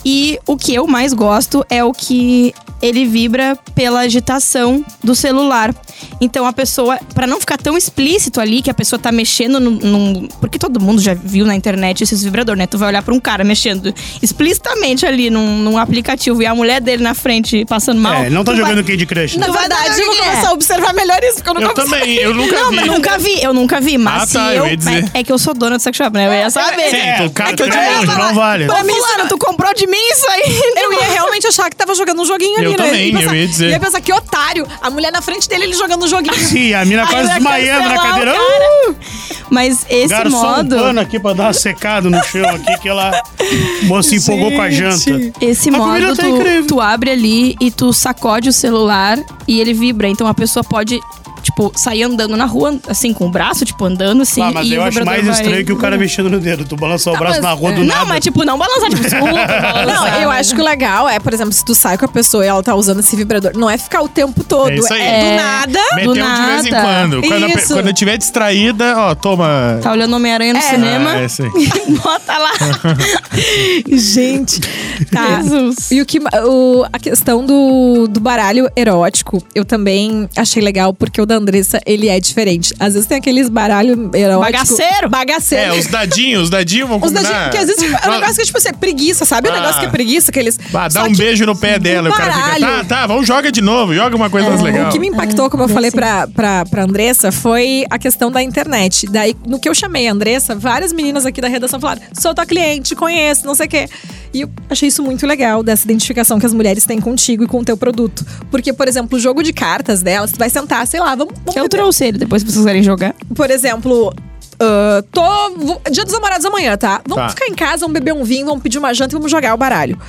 S5: E o que eu mais gosto é o que ele vibra pela agitação do celular. Então a pessoa, pra não ficar tão explícito ali que a pessoa tá mexendo num, num- porque todo mundo já viu na internet esses vibrador, né? Tu vai olhar pra um cara mexendo explicitamente ali num, num aplicativo e a mulher dele na frente passando mal.
S4: É, não tá
S5: tu vai-
S4: jogando Candy Crush. né?
S2: Na
S5: Tu vai
S2: verdade,
S5: dar
S2: eu vou
S5: joguinho.
S2: começar a observar melhor isso, porque eu nunca
S3: Eu também, eu nunca
S5: não,
S3: vi.
S5: mas
S2: tá
S5: nunca vi, eu nunca vi. Mas
S3: Ah,
S5: se
S3: tá, eu
S5: eu.
S3: ia dizer.
S5: mas é que eu sou dona do sex shop, né? Eu ia saber.
S3: Sim,
S5: É.
S3: então o cara
S4: é que eu
S3: tá
S4: te
S3: de
S4: longe,
S3: longe.
S4: não vale.
S5: Ô, fulano, tu comprou de mim isso aí?
S2: Eu ia realmente achar que tava jogando um joguinho ali,
S3: Eu
S2: né?
S3: também,
S2: ia pensar-
S3: eu ia dizer.
S2: Ia pensar que otário. A mulher na frente dele, ele jogando um joguinho.
S4: Sim, a mina
S5: Aí
S4: quase
S5: vai
S4: desmaiando na
S5: cancelar o
S4: cadeira. uh!
S5: cara. Mas esse
S4: Garçom,
S5: modo.
S4: um pano aqui pra dar uma secada no chão aqui, que ela moça empolgou com a janta.
S5: Esse
S4: A comida
S5: modo,
S4: tá
S5: tu,
S4: incrível.
S5: tu abre ali e tu sacode o celular e ele vibra. Então a pessoa pode, tipo, sair andando na rua, assim, com o braço, tipo, andando assim.
S4: Ah, mas
S5: e
S4: eu
S5: o
S4: acho
S5: vibrador
S4: mais
S5: vai-
S4: estranho que o cara mexendo no dedo. Tu balançar o braço
S2: mas- é,
S4: na rua do
S5: Não,
S4: nada.
S5: mas tipo, não balançar, tipo, desculpa, balançar.
S2: Não, eu
S5: né?
S2: acho que o legal é, por exemplo, se tu sai com a pessoa e ela tá usando esse vibrador, não é ficar o tempo todo.
S3: É isso aí.
S2: do nada.
S3: Meteu
S5: do
S3: de vez em
S5: nada.
S3: quando. Quando, a pe-
S2: Isso.
S3: quando eu tiver distraída, ó, toma.
S5: Tá olhando Homem-Aranha no
S2: É.
S5: cinema,
S3: É, sim.
S5: bota lá.
S2: Gente. Tá.
S5: Jesus.
S2: E o que, ma- o- a questão do, do baralho erótico, eu também achei legal, porque o da Andressa, ele é diferente. Às vezes tem aqueles baralho erótico.
S5: Bagaceiro.
S2: Bagaceiro.
S3: É, os dadinhos, os dadinhos vão
S2: Os
S3: combinar.
S2: dadinhos, porque às vezes é um
S3: Ó,
S2: negócio que tipo, assim, é preguiça, sabe? O
S3: Ah.
S2: negócio que é preguiça, que eles.
S3: bah, dá
S2: Só
S3: um
S2: que
S3: beijo no pé dela, e o cara fica. Tá,
S2: baralho. É.
S3: tá, vamos, joga de novo, joga uma coisa mais legal.
S2: O que me impactou, como eu falei pra, pra, pra Andressa, foi a questão da internet. Daí, no que eu chamei a Andressa, várias meninas aqui da redação falaram: sou tua cliente, conheço, não sei o quê. E eu achei isso muito legal, dessa identificação que as mulheres têm contigo e com o teu produto. Porque, por exemplo, o jogo de cartas delas, tu vai sentar, sei lá, vamos. vamos
S5: Eu trouxe ele depois pra vocês querem jogar.
S2: por exemplo. ah, tô. vou- Dia dos namorados amanhã, tá? Vamos
S3: Tá.
S2: ficar em casa, vamos beber um vinho, vamos pedir uma janta e vamos jogar o baralho.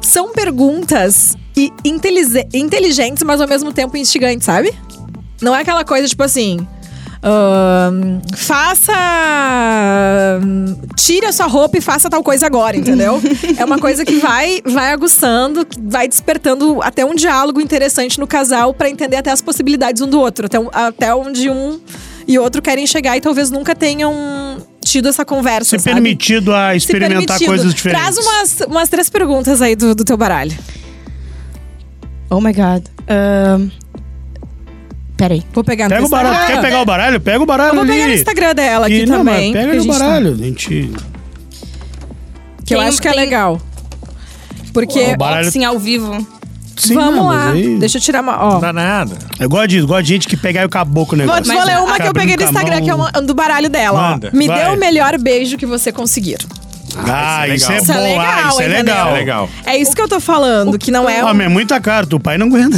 S2: São perguntas e intelize- inteligentes, mas ao mesmo tempo instigantes, sabe? Não é aquela coisa tipo assim. ahn, faça. Tire a sua roupa e faça tal coisa agora, entendeu? é uma coisa que vai, vai aguçando, que vai despertando até um diálogo interessante no casal pra entender até as possibilidades um do outro, até, um- até onde um e outro querem chegar e talvez nunca tenham tido essa conversa.
S4: Se
S2: sabe?
S4: permitido a
S2: Se
S4: experimentar
S2: permitido.
S4: coisas diferentes.
S2: Traz umas, umas três perguntas aí do, do teu baralho.
S5: Oh my god. Ahn, Peraí.
S2: Vou pegar no
S4: Pega o
S2: Instagram.
S4: baralho. Quer pegar o baralho? Pega o baralho
S2: Eu vou
S4: ali.
S2: pegar no Instagram dela aqui
S4: Que- não,
S2: também.
S4: mas
S2: porque
S4: pega
S2: a
S4: no
S2: gente tá-
S4: baralho. A gente...
S2: que eu
S5: Tem-
S2: acho que é
S5: tem-
S2: legal. Porque.
S4: O baralho...
S5: Assim, ao vivo.
S4: Sim,
S2: É, Vamos
S4: não, mas
S2: lá.
S4: aí-
S2: Deixa eu tirar uma. Ó.
S3: Não dá nada.
S4: Eu gosto disso. Gosto de gente que pega e acabou com o
S2: Vou,
S4: negócio.
S2: vou ler uma que eu
S4: Cabra
S2: peguei do
S4: com a
S2: Instagram,
S4: mão.
S2: que é uma, do baralho dela. ó.
S3: Manda,
S2: Me
S3: vai.
S2: dê o melhor beijo que você conseguir.
S4: Ah, isso é
S3: Isso
S2: Isso é
S4: bom. Ah,
S2: legal,
S4: isso é
S2: entendeu?
S4: legal.
S3: legal.
S2: É isso que eu tô falando, que não é.
S4: Ah,
S2: um-
S4: mas é muita cara. Teu pai não aguenta.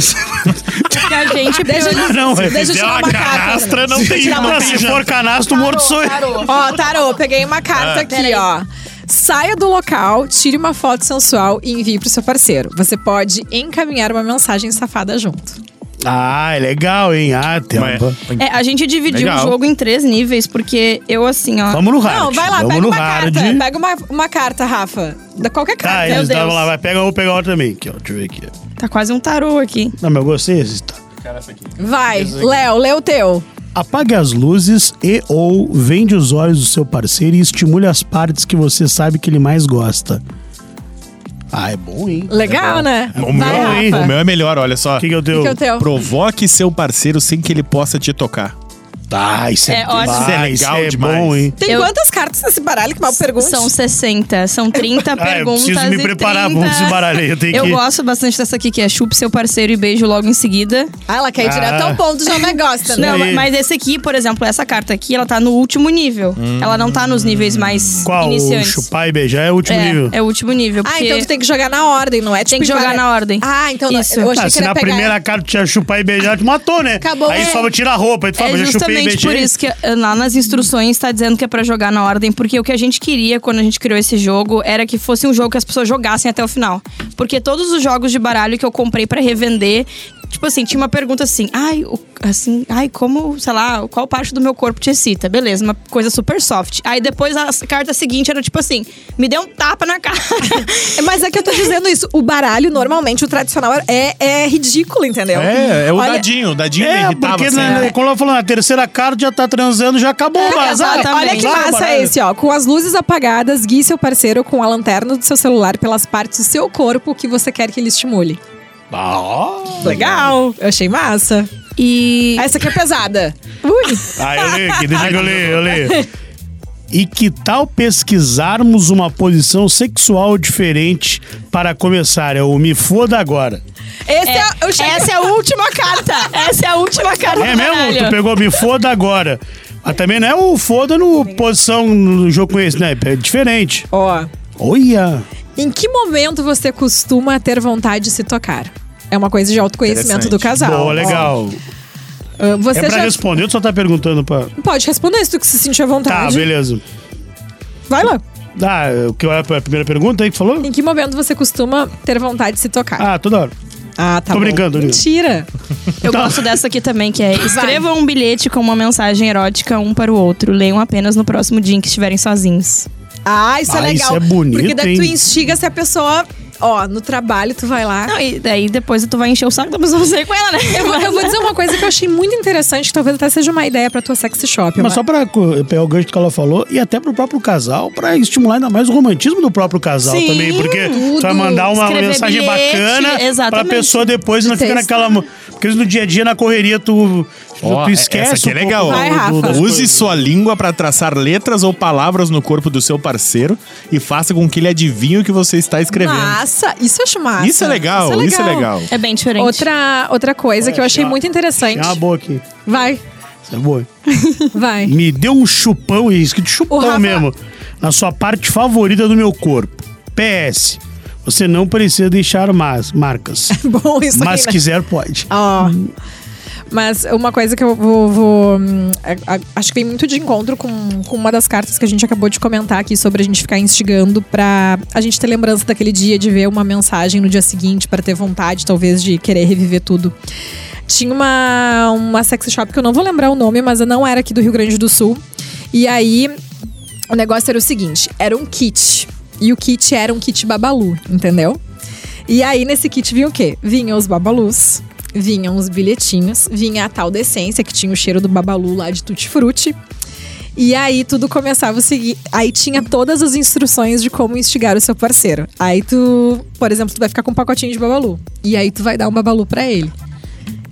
S5: Que a gente
S2: Deixa eu,
S4: Não, é
S2: deixa eu
S3: Se der
S2: tirar
S3: uma
S2: uma carta.
S3: canastra, não tem
S2: tirar uma
S3: não tem
S4: Se for
S3: janta.
S4: canastro, morto sou eu.
S2: Ó, Tarô, peguei uma
S4: Ah.
S2: carta aqui, ó. Saia do local, tire uma foto sensual e envie pro seu parceiro. Você pode encaminhar uma mensagem safada junto.
S4: Ah, é legal, hein? Ah, tem
S3: Mas-
S4: uma-
S5: É, a gente dividiu
S3: Legal.
S5: o jogo em três níveis, porque eu, assim, ó.
S4: Vamos no hard.
S2: Não, vai lá,
S4: Ah, Vamos
S2: pega
S4: no
S2: uma
S4: hard.
S2: carta. Pega uma, uma carta, Rafa. Da qualquer
S4: Tá,
S2: carta.
S4: eles
S5: Deus.
S4: davam lá, vai, pega ou pega outra também. Aqui, ó, deixa eu ver aqui.
S5: Tá quase um tarô aqui.
S4: Não, mas eu gostei desse. Tá.
S2: Vai, Léo, lê o teu.
S4: Apague as luzes e ou vende os olhos do seu parceiro e estimule as partes que você sabe que ele mais gosta. Ah, é bom, hein?
S2: Legal, né?
S3: O
S2: Vai,
S3: meu, hein?
S2: Rafa.
S3: O meu é melhor, olha só.
S4: O que, que eu tenho?
S2: Que é o teu?
S3: Provoque seu parceiro sem que ele possa te tocar.
S4: Ah, isso é,
S5: É ótimo.
S4: demais,
S3: Isso é legal
S4: isso é
S3: demais.
S4: bom, hein?
S2: Tem
S5: Eu-
S2: quantas cartas nesse baralho? Que mal pergunta.
S5: São 60, são 30
S4: Ah, eu
S5: perguntas.
S4: preciso me
S5: e
S4: preparar,
S5: 30...
S4: vamos embaralhar. Eu tenho
S5: Eu
S4: que.
S5: gosto bastante dessa aqui, que é chupe seu parceiro e beijo logo em seguida.
S2: Ah, ela quer ir direto ao ponto, já não gosta, né?
S5: Não,
S4: aí.
S5: mas esse aqui, por exemplo, essa carta aqui, ela tá no último nível. Ela não tá nos níveis mais
S4: Hum. Qual? O
S5: iniciantes.
S4: chupar e beijar é o último nível.
S5: é, é o último nível.
S2: Ah,
S5: porque
S2: então tu tem que jogar na ordem, não é?
S5: tem que
S2: Tipo,
S5: jogar
S2: vai-
S5: na ordem.
S2: Ah, então não-
S5: Isso.
S2: eu
S3: Tá,
S2: achei
S4: Ah,
S2: que
S4: se
S2: ele
S4: na
S2: ia pegar-
S4: primeira carta tu tinha chupar e beijar, tu matou, né?
S2: Acabou.
S4: Aí
S2: É.
S4: só vai tirar a roupa, aí tu fala,
S5: É
S4: já chupei e
S5: justamente
S4: beijei.
S5: por isso que eh, lá nas instruções tá dizendo que é pra jogar na ordem, porque o que a gente queria quando a gente criou esse jogo era que fosse um jogo que as pessoas jogassem até o final. Porque todos os jogos de baralho que eu comprei pra revender, tipo assim, tinha uma pergunta assim: "Ai, o- assim, ai, como, sei lá, qual parte do meu corpo te excita?". Beleza, uma coisa super soft. Aí depois a s- carta seguinte era tipo assim: "Me dê um tapa na cara".
S2: Mas é que eu tô dizendo isso. O baralho, normalmente, o tradicional é, é ridículo, entendeu?
S3: É, é o
S2: Olha-
S3: dadinho. O dadinho me
S4: É,
S3: irritava.
S4: porque,
S3: assim,
S4: na,
S3: né?
S4: como ela falou, na "Ah, terceira carta já tá transando, já acabou
S2: É,
S4: ah, o bazar.
S5: exatamente.
S2: Olha que
S4: Vai,
S2: massa é
S4: baralho.
S2: esse, ó. Com as luzes apagadas, guie seu parceiro com a lanterna do seu celular pelas partes do seu corpo que você quer que ele estimule.
S4: Ah, ó.
S2: Legal. Eu achei massa.
S5: E
S2: Essa aqui é pesada. Ui.
S4: Ah, eu li aqui, deixa que eu li, eu li. E que tal pesquisarmos uma posição sexual diferente para começar? É o me foda agora.
S2: Esse é, eu cheguei-
S5: essa é a última carta. Essa é a última carta
S4: É
S5: do
S4: mesmo?
S5: baralho.
S4: Tu pegou me foda agora. Mas também não é o foda no posição no jogo com esse, né? É diferente.
S2: Ó.
S4: Olha!
S2: Em que momento você costuma ter vontade de se tocar? É uma coisa de autoconhecimento
S3: Interessante.
S2: do casal.
S4: Boa, legal.
S2: Ah, Você
S4: É pra
S2: já
S4: responder, tu só tá perguntando pra.
S2: pode responder se tu se sentir à
S4: Tá,
S2: vontade.
S4: beleza.
S2: Vai lá.
S4: Ah, o que é a primeira pergunta aí que falou?
S2: Em que momento você costuma ter vontade de se tocar?
S4: Ah, toda hora.
S2: Ah, tá
S4: tô brincando, tô brincando.
S2: Mentira.
S5: Eu gosto dessa aqui também, que é escrevam um bilhete com uma mensagem erótica um para o outro. Leiam apenas no próximo dia em que estiverem sozinhos.
S2: Ah, isso é
S4: Ah,
S2: legal.
S4: isso é bonito,
S2: Porque daí tu
S4: hein?
S2: instiga se a pessoa... Ó, no trabalho tu vai lá...
S5: Ah. Não, e daí depois tu vai encher o saco da pessoa você com ela, né?
S2: Eu vou, eu vou dizer uma coisa que eu achei muito interessante, que talvez até seja uma ideia pra tua sexy shop.
S4: Mas só pra co- pegar o gancho que ela falou e até pro próprio casal, pra estimular ainda mais o romantismo do próprio casal
S5: Sim,
S4: também. Porque tu vai
S5: tudo.
S4: mandar uma
S5: Escrever
S4: mensagem
S5: bilhete,
S4: bacana pra
S5: exatamente.
S4: pessoa depois não fica
S2: Texto.
S4: naquela. mo- Porque no dia a dia, na correria, tu,
S3: Ó,
S4: tu esquece.
S3: Essa aqui é
S4: um pouco
S3: legal. ó.
S4: do-
S2: Vai, Rafa.
S4: das
S3: Use
S4: coisas.
S3: sua língua para traçar letras ou palavras no corpo do seu parceiro e faça com que ele adivinhe o que você está escrevendo.
S4: né?
S2: Massa, isso eu acho massa.
S3: Isso é legal, isso é legal.
S5: É bem diferente.
S2: Outra, outra coisa que eu achei
S4: tinha-
S2: muito interessante.
S4: Tem uma boa aqui.
S2: Vai,
S4: Isso é boa.
S2: vai.
S4: Me deu um chupão, e escrito chupão
S2: O Rafa-
S4: mesmo, na sua parte favorita do meu corpo. PS. Você não precisa deixar mas, marcas.
S2: Bom, isso
S4: Mas
S2: aí, né?
S4: quiser, pode.
S2: Ó. Mas uma coisa que eu vou. vou, hum, a- a- acho que vem muito de encontro com, com uma das cartas que a gente acabou de comentar aqui sobre a gente ficar instigando pra a gente ter lembrança daquele dia, de ver uma mensagem no dia seguinte, pra ter vontade, talvez, de querer reviver tudo. Tinha uma, uma sex shop que eu não vou lembrar o nome, mas não era aqui do Rio Grande do Sul. E aí, o negócio era o seguinte: era um kit. E o kit era um kit babalu, entendeu? E aí, nesse kit vinha o quê? Vinha os babalus, vinham os bilhetinhos, vinha a tal da essência, que tinha o cheiro do babalu lá de tutti frutti. E aí tudo começava a seguir. Aí tinha todas as instruções de como instigar o seu parceiro. Aí tu, por exemplo, tu vai ficar com um pacotinho de babalu. E aí tu vai dar um babalu pra ele.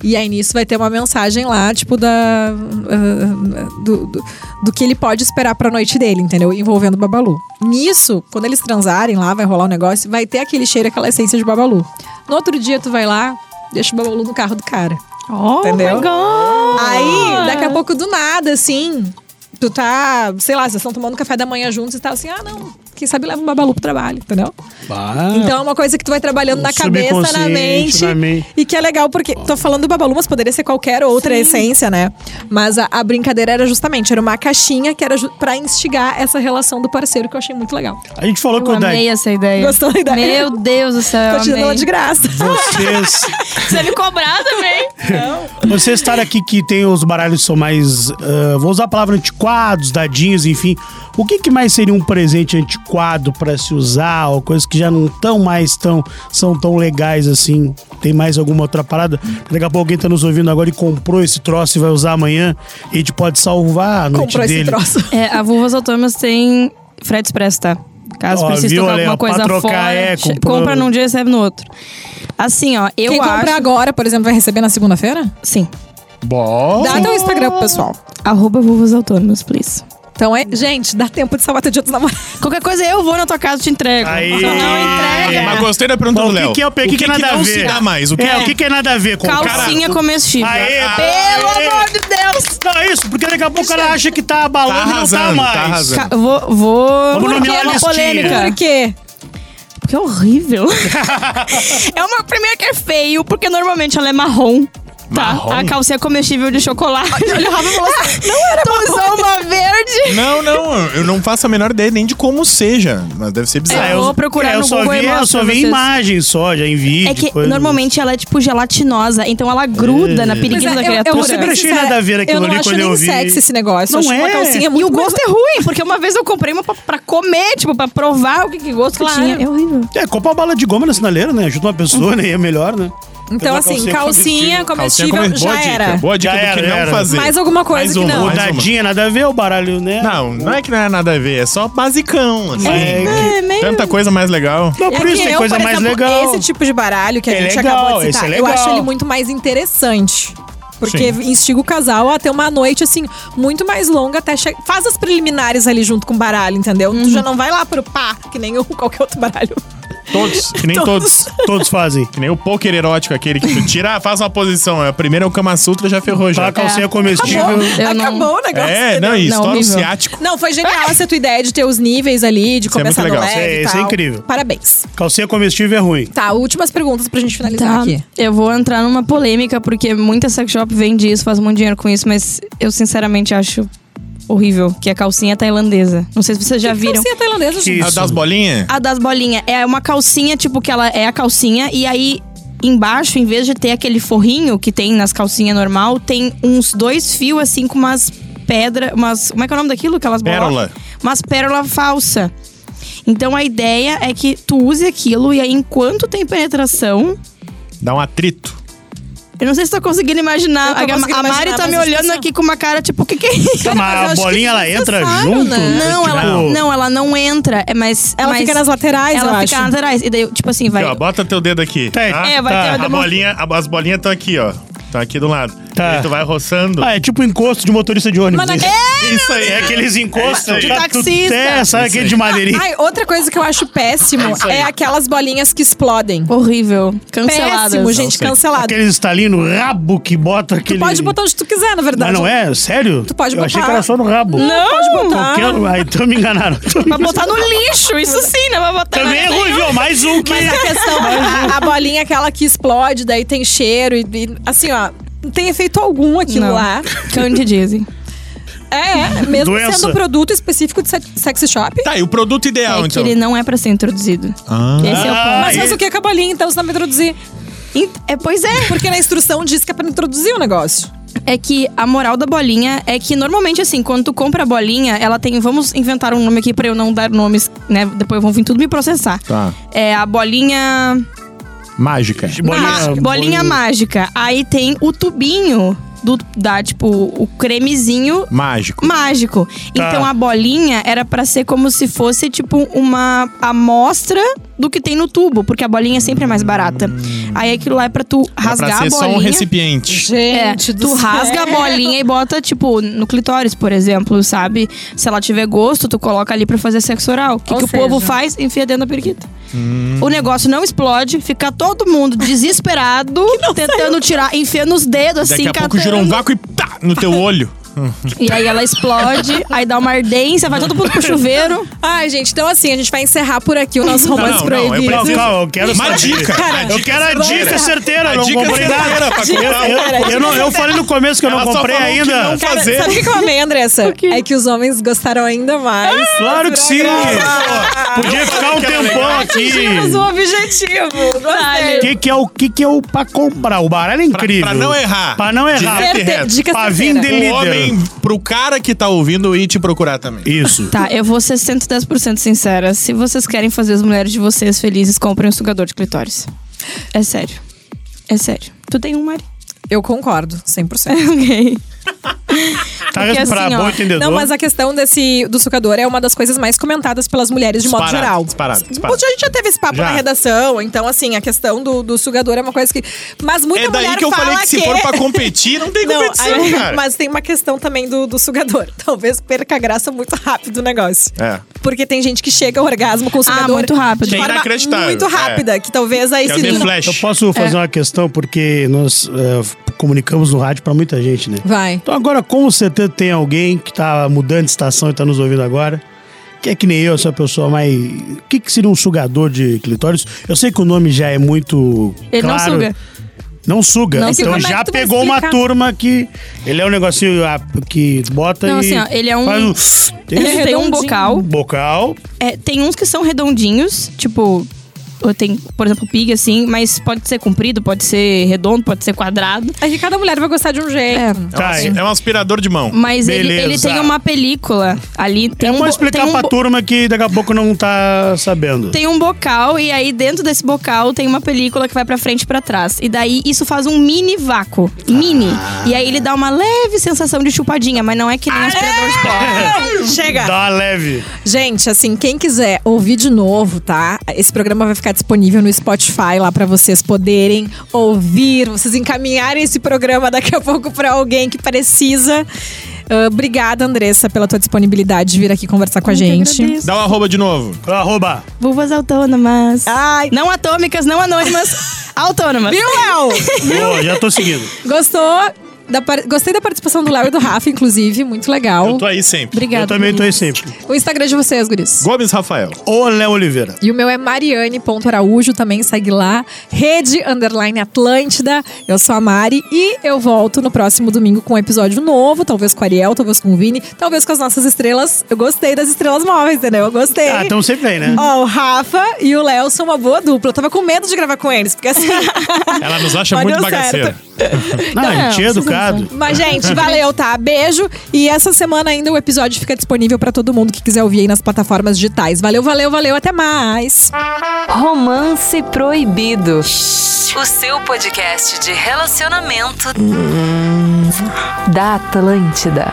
S2: E aí nisso vai ter uma mensagem lá, tipo, da. ah, do, do, do que ele pode esperar pra noite dele, entendeu? Envolvendo o Babalu. Nisso, quando eles transarem lá, vai rolar um negócio, vai ter aquele cheiro, aquela essência de Babalu. No outro dia, tu vai lá, deixa o Babalu no carro do cara.
S5: Oh,
S2: Entendeu?
S5: my God.
S2: Aí, daqui a pouco, do nada, assim, tu tá, sei lá, vocês estão tomando café da manhã juntos e tal, assim, ah, não, quem sabe leva um babalu pro trabalho, entendeu?
S4: Bah,
S2: Então é uma coisa que tu vai trabalhando
S4: Ah. O
S2: na cabeça, na
S4: subconsciente,
S2: mente,
S4: na mente.
S2: E que é legal, porque tô falando do babalu, mas poderia ser qualquer outra essência, né? Mas a, a brincadeira era justamente, era uma caixinha que era ju- pra instigar essa relação do parceiro, que eu achei muito legal.
S4: a gente falou que
S5: Eu
S4: o Dai.
S5: amei essa ideia.
S2: Gostou da ideia?
S5: Meu Deus do céu. eu
S2: Continua
S5: amei.
S2: de graça.
S4: Vocês,
S5: Você me cobrar também.
S4: vocês estarem aqui que tem os baralhos que são mais. ah, vou usar a palavra antiquados, dadinhos, enfim. O que, que mais seria um presente antiquado pra se usar? Ou coisas que já não tão mais tão, são tão legais assim? Tem mais alguma outra parada? Daqui a pouco alguém tá nos ouvindo agora e comprou esse troço e vai usar amanhã. E a gente pode salvar a noite
S2: Comprou esse
S4: dele.
S2: troço.
S5: É, a Vulvas Autônomas tem frete expresso, tá? Caso
S4: Ó,
S5: precise
S4: viu,
S5: trocar
S4: Ale, ó,
S5: alguma
S4: pra
S5: coisa
S4: trocar,
S5: fora.
S4: é,
S5: che-
S4: comprou.
S5: compra num dia e recebe no outro. Assim, ó, eu
S2: Quem
S5: acho...
S2: comprar agora, por exemplo, vai receber na segunda-feira?
S5: Sim.
S4: Oh.
S3: Bom.
S2: Dá teu Instagram pro pessoal.
S5: Arroba Vulvas Autônomas, please.
S2: Então
S4: Hum.
S2: é, gente, dá tempo de salvar teu dia dos namorados.
S5: Qualquer coisa, eu vou na tua casa e te entrego.
S4: Aí.
S5: Se não entrega.
S3: É, Mas gostei da pergunta
S4: Bom,
S3: do
S4: o que
S3: Léo.
S4: que é o pe- que que nada a
S3: não
S4: ver?
S3: se dá mais? O que
S4: É, o que, que é nada a ver com o cara?
S5: Calcinha comestível.
S4: Aê,
S5: Pelo
S4: aê.
S5: amor de Deus!
S4: Não, é isso, porque daqui a pouco o cara acha que tá abalando
S3: Tá
S4: e
S3: arrasando,
S4: não tá mais.
S3: tá arrasando.
S5: Ca- Vou. vou...
S4: Vamos
S5: Por que
S4: nomear a
S5: uma
S4: listinha.
S5: polêmica?
S2: Por quê?
S5: Porque é horrível. é uma primeira que é feio, porque normalmente ela é marrom. Tá,
S3: Marrom?
S5: a calcinha comestível de chocolate. Olha o Rafa falou assim, não era tu usou uma verde.
S3: Não, não, eu não faço a menor ideia nem de como seja, mas deve ser bizarro.
S5: É, eu- vou procurar
S4: eu
S5: no
S4: só
S5: Google e
S4: vi,
S5: mostro
S4: Eu só
S5: pra
S4: vi
S5: vocês.
S4: imagens só, já em vídeo.
S5: É que
S4: coisa. É.
S5: normalmente ela é tipo gelatinosa, então ela gruda na periguinha da
S2: é,
S5: criatura.
S2: vou
S4: Eu sempre
S2: ser
S4: achei
S2: sincera,
S4: nada a ver aquilo
S2: eu não
S4: ali
S2: acho
S4: quando
S2: nem
S4: eu vi.
S2: sexy esse negócio.
S4: Não
S2: eu acho uma
S4: é.
S2: calcinha
S5: E
S2: muito
S5: o gosto é ruim, porque uma vez eu comprei uma pra, pra comer, tipo, pra provar o que, que gosto
S2: Claro.
S5: que tinha. É horrível.
S4: É, compra uma bala de goma na sinaleira, né? Ajuda uma pessoa, né? É melhor, né?
S2: Então,
S4: Uma
S2: assim,
S4: calcinha
S2: calcinha comestível,
S3: Calcinha come-
S2: já
S3: boa
S2: era.
S3: Dica, boa dica
S4: Já
S3: do que
S4: era,
S3: não
S4: era.
S3: fazer.
S2: Mais alguma coisa
S3: Mais
S2: que
S3: uma,
S2: não.
S4: O
S3: mais uma.
S4: dadinho, é nada a ver, o baralho, né?
S3: Não, não é que não é nada a ver, é só basicão, assim.
S4: É,
S5: É, meio...
S3: Tanta coisa mais legal.
S4: Não, por
S2: É que
S4: isso, tem
S2: eu,
S4: coisa
S2: por
S4: mais
S2: exemplo,
S4: legal.
S2: Esse tipo de baralho que a
S4: É
S2: gente
S4: legal,
S2: acabou de
S4: esse
S2: citar,
S4: é
S2: eu
S4: legal.
S2: acho ele muito mais interessante. Porque instiga o casal a ter uma noite, assim, muito mais longa até chegar. Faz as preliminares ali junto com o baralho, entendeu?
S5: Uhum.
S2: Tu já não vai lá pro pá, que nem o- qualquer outro baralho.
S3: Todos, que nem todos.
S4: Todos fazem.
S3: Que nem o poker erótico, aquele que tu tira, ah, faz uma posição. A primeira é o Kama Sutra, já ferrou
S4: Tá
S3: já.
S4: a calcinha comestível.
S5: É. Acabou. Eu não-
S2: Acabou o negócio.
S3: É,
S2: entendeu?
S3: não, e
S5: Não,
S3: estoura o
S5: horrível.
S3: ciático.
S2: Não, foi genial essa tua ideia de ter os níveis ali, de
S3: é
S2: começar
S3: muito
S2: no
S3: legal.
S2: leve
S4: Isso é-
S2: e
S4: isso é
S2: tal.
S4: incrível.
S2: Parabéns.
S4: Calcinha comestível é ruim.
S2: Tá, últimas perguntas pra gente finalizar
S5: Tá,
S2: aqui.
S5: eu vou entrar numa polêmica, porque muita sex shop vende isso, faz muito dinheiro com isso, mas eu sinceramente acho horrível, que é a calcinha tailandesa. Não sei se vocês já viram.
S2: Calcinha tailandesa, gente.
S3: A
S4: Isso.
S3: das bolinhas?
S5: A das bolinhas é uma calcinha, tipo, que ela é a calcinha, e aí embaixo, em vez de ter aquele forrinho que tem nas calcinhas normal, tem uns dois fios assim com umas pedra, umas, como é que é o nome daquilo? Aquelas bolas?
S3: Pérola.
S5: Umas pérola falsa. Então a ideia é que tu use aquilo e aí enquanto tem penetração,
S3: Dá um atrito.
S5: eu não sei se tô conseguindo imaginar.
S2: Eu tô
S5: a, Gama-
S2: conseguindo
S5: a Mari
S2: imaginar,
S5: tá
S2: mas
S5: me
S2: eu
S5: olhando
S2: pensei-
S5: aqui com uma cara tipo, o que que é isso?
S4: Mas a
S2: acho que
S4: bolinha, ela entra
S2: desnecessário,
S4: junto?
S2: né?
S5: Não,
S4: Tipo,
S5: ela não, ela não entra. É, mas
S2: Ela
S5: mas
S2: fica nas laterais,
S5: ela
S2: eu acho.
S5: fica nas laterais. E daí, tipo assim, vai.
S3: Aqui, ó, bota teu dedo aqui.
S4: Tá,
S5: É, vai
S4: tá.
S5: ter uma
S3: A
S5: demonstra-
S3: bolinha, a- as bolinhas estão aqui, ó. Estão aqui do lado.
S4: Tá.
S3: Aí tu vai roçando.
S4: Ah, é tipo encosto de motorista de ônibus.
S2: Mas na-
S4: isso.
S3: Isso aí.
S4: É aqueles encostos.
S3: De
S4: tá, tu-
S5: taxista.
S4: É, sabe aquele de madeirinha?
S2: Ai, outra coisa que eu acho péssimo é aquelas bolinhas que explodem.
S5: Horrível. Canceladas.
S2: Péssimo, gente, cancelado.
S4: Aqueles estalinhos no rabo que bota
S2: Tu
S4: aquele.
S2: pode botar onde tu quiser, na verdade.
S4: Mas não é? Sério? Tu
S2: pode
S4: Eu achei
S2: botar.
S4: que era só no rabo.
S2: Não, pode botar.
S4: Qualquer... Ah, então me enganaram.
S5: Pra botar no lixo,
S2: Tá
S5: isso sim, né? Pra botar
S4: Também é
S5: na-
S4: ruim, viu? Mais um que.
S2: Mas a questão, a, a bolinha é aquela que explode, daí tem cheiro e, e, assim, ó, não tem efeito algum aquilo
S5: Não.
S2: lá.
S5: Candy dizem.
S2: É, é, mesmo
S4: Doença.
S2: sendo um produto específico de se- sex shop.
S3: Tá, e o produto
S5: É
S3: ideal,
S5: que
S3: então?
S5: ele não é pra ser introduzido.
S3: Ah.
S5: Esse é o
S4: Ah,
S5: ponto.
S2: Mas faz
S4: e-
S2: o que com a bolinha, então, se não me introduzir?
S5: In- É, pois é.
S2: Porque na instrução diz que é pra introduzir o negócio.
S5: É que a moral da bolinha é que normalmente, assim, quando tu compra a bolinha, ela tem. Vamos inventar um nome aqui pra eu não dar nomes, né? Depois vão vir tudo me processar.
S3: Tá.
S5: É a bolinha.
S3: Mágica.
S5: Má- bolinha mágica. Aí tem o tubinho do, da, tipo, o cremezinho
S3: Mágico.
S5: mágico.
S4: Tá.
S5: Então a bolinha era pra ser como se fosse, tipo, uma amostra do que tem no tubo, porque a bolinha sempre é mais barata. Aí aquilo lá é pra tu
S3: pra
S5: rasgar
S3: ser
S5: a bolinha.
S3: só um recipiente.
S5: É,
S2: Gente, do
S5: tu
S2: céu.
S5: rasga a bolinha e bota, tipo, no clitóris, por exemplo, sabe? Se ela tiver gosto, tu coloca ali pra fazer sexo oral. O que,
S6: Ou
S5: que o povo
S6: seja-
S5: faz? Enfia dentro da periquita.
S3: Hum.
S5: O negócio não explode, fica todo mundo desesperado, tentando tirar, enfiando os dedos,
S3: Daqui
S5: assim,
S3: a pouco gira um
S5: catando.
S3: vácuo e pá, no teu olho.
S5: E aí ela explode, aí dá uma ardência, vai todo mundo pro chuveiro.
S2: Ai, gente, então assim, a gente vai encerrar por aqui o nosso romance
S3: não,
S2: proibido.
S3: eu preciso-
S4: calma, eu quero
S3: Uma
S4: saber.
S3: dica.
S4: Cara, eu quero a dica certeira,
S3: A
S4: eu não
S3: dica
S4: comprei
S3: certeira
S4: nada.
S3: pra
S4: Eu,
S3: comprar.
S4: eu- eu não, eu falei no começo que eu não
S3: Ela só
S4: comprei
S3: falou que
S4: ainda.
S3: não
S2: Cara,
S3: fazer.
S2: sabe o que que eu amei, Andressa? É que os homens gostaram ainda mais.
S4: Claro que sim! Podia ficar um tempão aqui.
S2: o objetivo.
S4: O que, que é o que, que é o pra comprar? O baralho é incrível.
S3: pra não errar.
S4: Pra não errar.
S3: Direto e
S2: Certe-
S3: reto.
S2: dica
S4: pra vir
S2: certeira.
S4: de
S3: O homem,
S4: líder.
S3: pro cara que tá ouvindo ir te procurar também.
S4: Isso.
S5: Tá, eu vou ser 110% sincera. Se vocês querem fazer as mulheres de vocês felizes, comprem um sugador de clitóris. É sério. É sério. Tu tem um, Mari?
S2: Eu concordo, 100%.
S5: Ok.
S4: Tá
S5: Porque
S4: pra
S5: assim, ó,
S4: bom entendedor.
S2: Não, mas a questão desse, do sucador é uma das coisas mais comentadas pelas mulheres de modo
S3: Disparado,
S2: geral.
S3: disparado, disparado.
S2: Um dia A gente já teve esse papo
S3: Já.
S2: na redação, então, assim, a questão do, do sugador é uma coisa que. Mas muita
S3: é daí
S2: mulher
S3: que eu
S2: fala
S3: falei que se for pra competir, não tem
S2: Não,
S3: competição,
S2: aí-
S3: cara.
S2: mas tem uma questão também do, do sugador. Talvez perca a graça muito rápido o negócio.
S3: É.
S2: Porque tem gente que chega ao orgasmo com o sugador.
S5: muito rápido.
S2: de
S5: É
S2: forma
S3: inacreditável,
S2: Muito
S3: é.
S2: rápida, que talvez aí
S3: É o
S2: se.
S3: The
S2: não-
S3: Flash.
S4: Eu posso fazer uma questão, porque nós eh, f- comunicamos no rádio pra muita gente, né?
S2: Vai.
S4: Então agora com certeza tem alguém que tá mudando de estação e tá nos ouvindo agora. Que é que nem eu, essa pessoa mais. O que, que seria um sugador de clitóris? Eu sei que o nome já é muito.
S5: Ele não
S4: claro.
S5: suga.
S4: Não suga.
S2: Não
S4: então
S2: suga. Como é
S4: já
S2: que tu vai
S4: pegou uma
S2: explicar?
S4: turma que. Ele é um negocinho ah, que bota
S5: Não,
S4: e.
S5: assim, ó, ele é um-
S4: Faz um.
S5: Ele
S4: Esse
S5: tem um
S2: redondinho.
S5: bocal.
S4: bocal.
S5: É, tem uns que são redondinhos, tipo. ou Tem, por exemplo, pig assim, mas pode ser comprido, pode ser redondo, pode ser quadrado.
S2: É que cada mulher vai gostar de um jeito.
S5: É.
S4: Tá,
S3: É um- É um aspirador de
S2: Hum.
S3: mão.
S5: Mas ele,
S4: Beleza.
S5: ele tem uma película ali. Tem
S4: Eu
S5: um
S4: vou
S5: bo-
S4: explicar
S5: tem um
S4: pra
S5: bo-
S4: turma que daqui a pouco não tá sabendo.
S5: Tem um bocal e aí dentro desse bocal tem uma película que vai pra frente e pra trás. E daí isso faz um mini vácuo. Mini.
S2: Ah.
S5: E aí ele dá uma leve sensação de chupadinha, mas não é que nem aspirador de pó.
S2: É.
S3: É.
S2: Chega!
S4: Dá uma leve.
S2: Gente, assim, quem quiser ouvir de novo, tá? Esse programa vai ficar disponível no Spotify lá pra vocês poderem ouvir, vocês encaminharem esse programa daqui a pouco pra alguém que precisa. Ah, obrigada, Andressa, pela tua disponibilidade de vir aqui conversar com a gente.
S3: Dá o arroba de novo.
S4: Arroba.
S5: Vulvas autônomas.
S2: Ai,
S5: Não atômicas, não anônimas, autônomas.
S2: viu, Léo?
S4: Boa, já tô seguindo.
S2: Gostou? Da par- Gostei da participação do Léo e do Rafa, inclusive, muito legal.
S3: Eu tô aí sempre.
S2: Obrigada.
S4: Eu também tô aí
S2: guris.
S4: sempre.
S2: O Instagram de vocês, guris.
S3: Gomes Rafael.
S4: O Léo Oliveira.
S2: E o meu é mariane.araújo, também segue lá. Rede Underline Atlântida. Eu sou a Mari e eu volto no próximo domingo com um episódio novo, talvez com o Ariel, talvez com o Vini, talvez com as nossas estrelas. Eu gostei das estrelas móveis, entendeu? Eu
S5: É.
S2: gostei.
S4: Ah, então sempre vem, né?
S2: Ó, o Rafa e o Léo são uma boa dupla. Eu tava com medo de gravar com eles, porque assim.
S3: Ela nos acha
S2: Mas
S3: muito
S2: deu
S3: bagaceira.
S2: certo.
S4: Não, a gente é
S5: vocês não
S4: educado.
S2: Mas, gente, valeu, tá? Beijo. E essa semana ainda o episódio fica disponível pra todo mundo que quiser ouvir aí nas plataformas digitais. Valeu, valeu, valeu. Até mais.
S1: Romance Proibido. O seu podcast de relacionamento da Atlântida.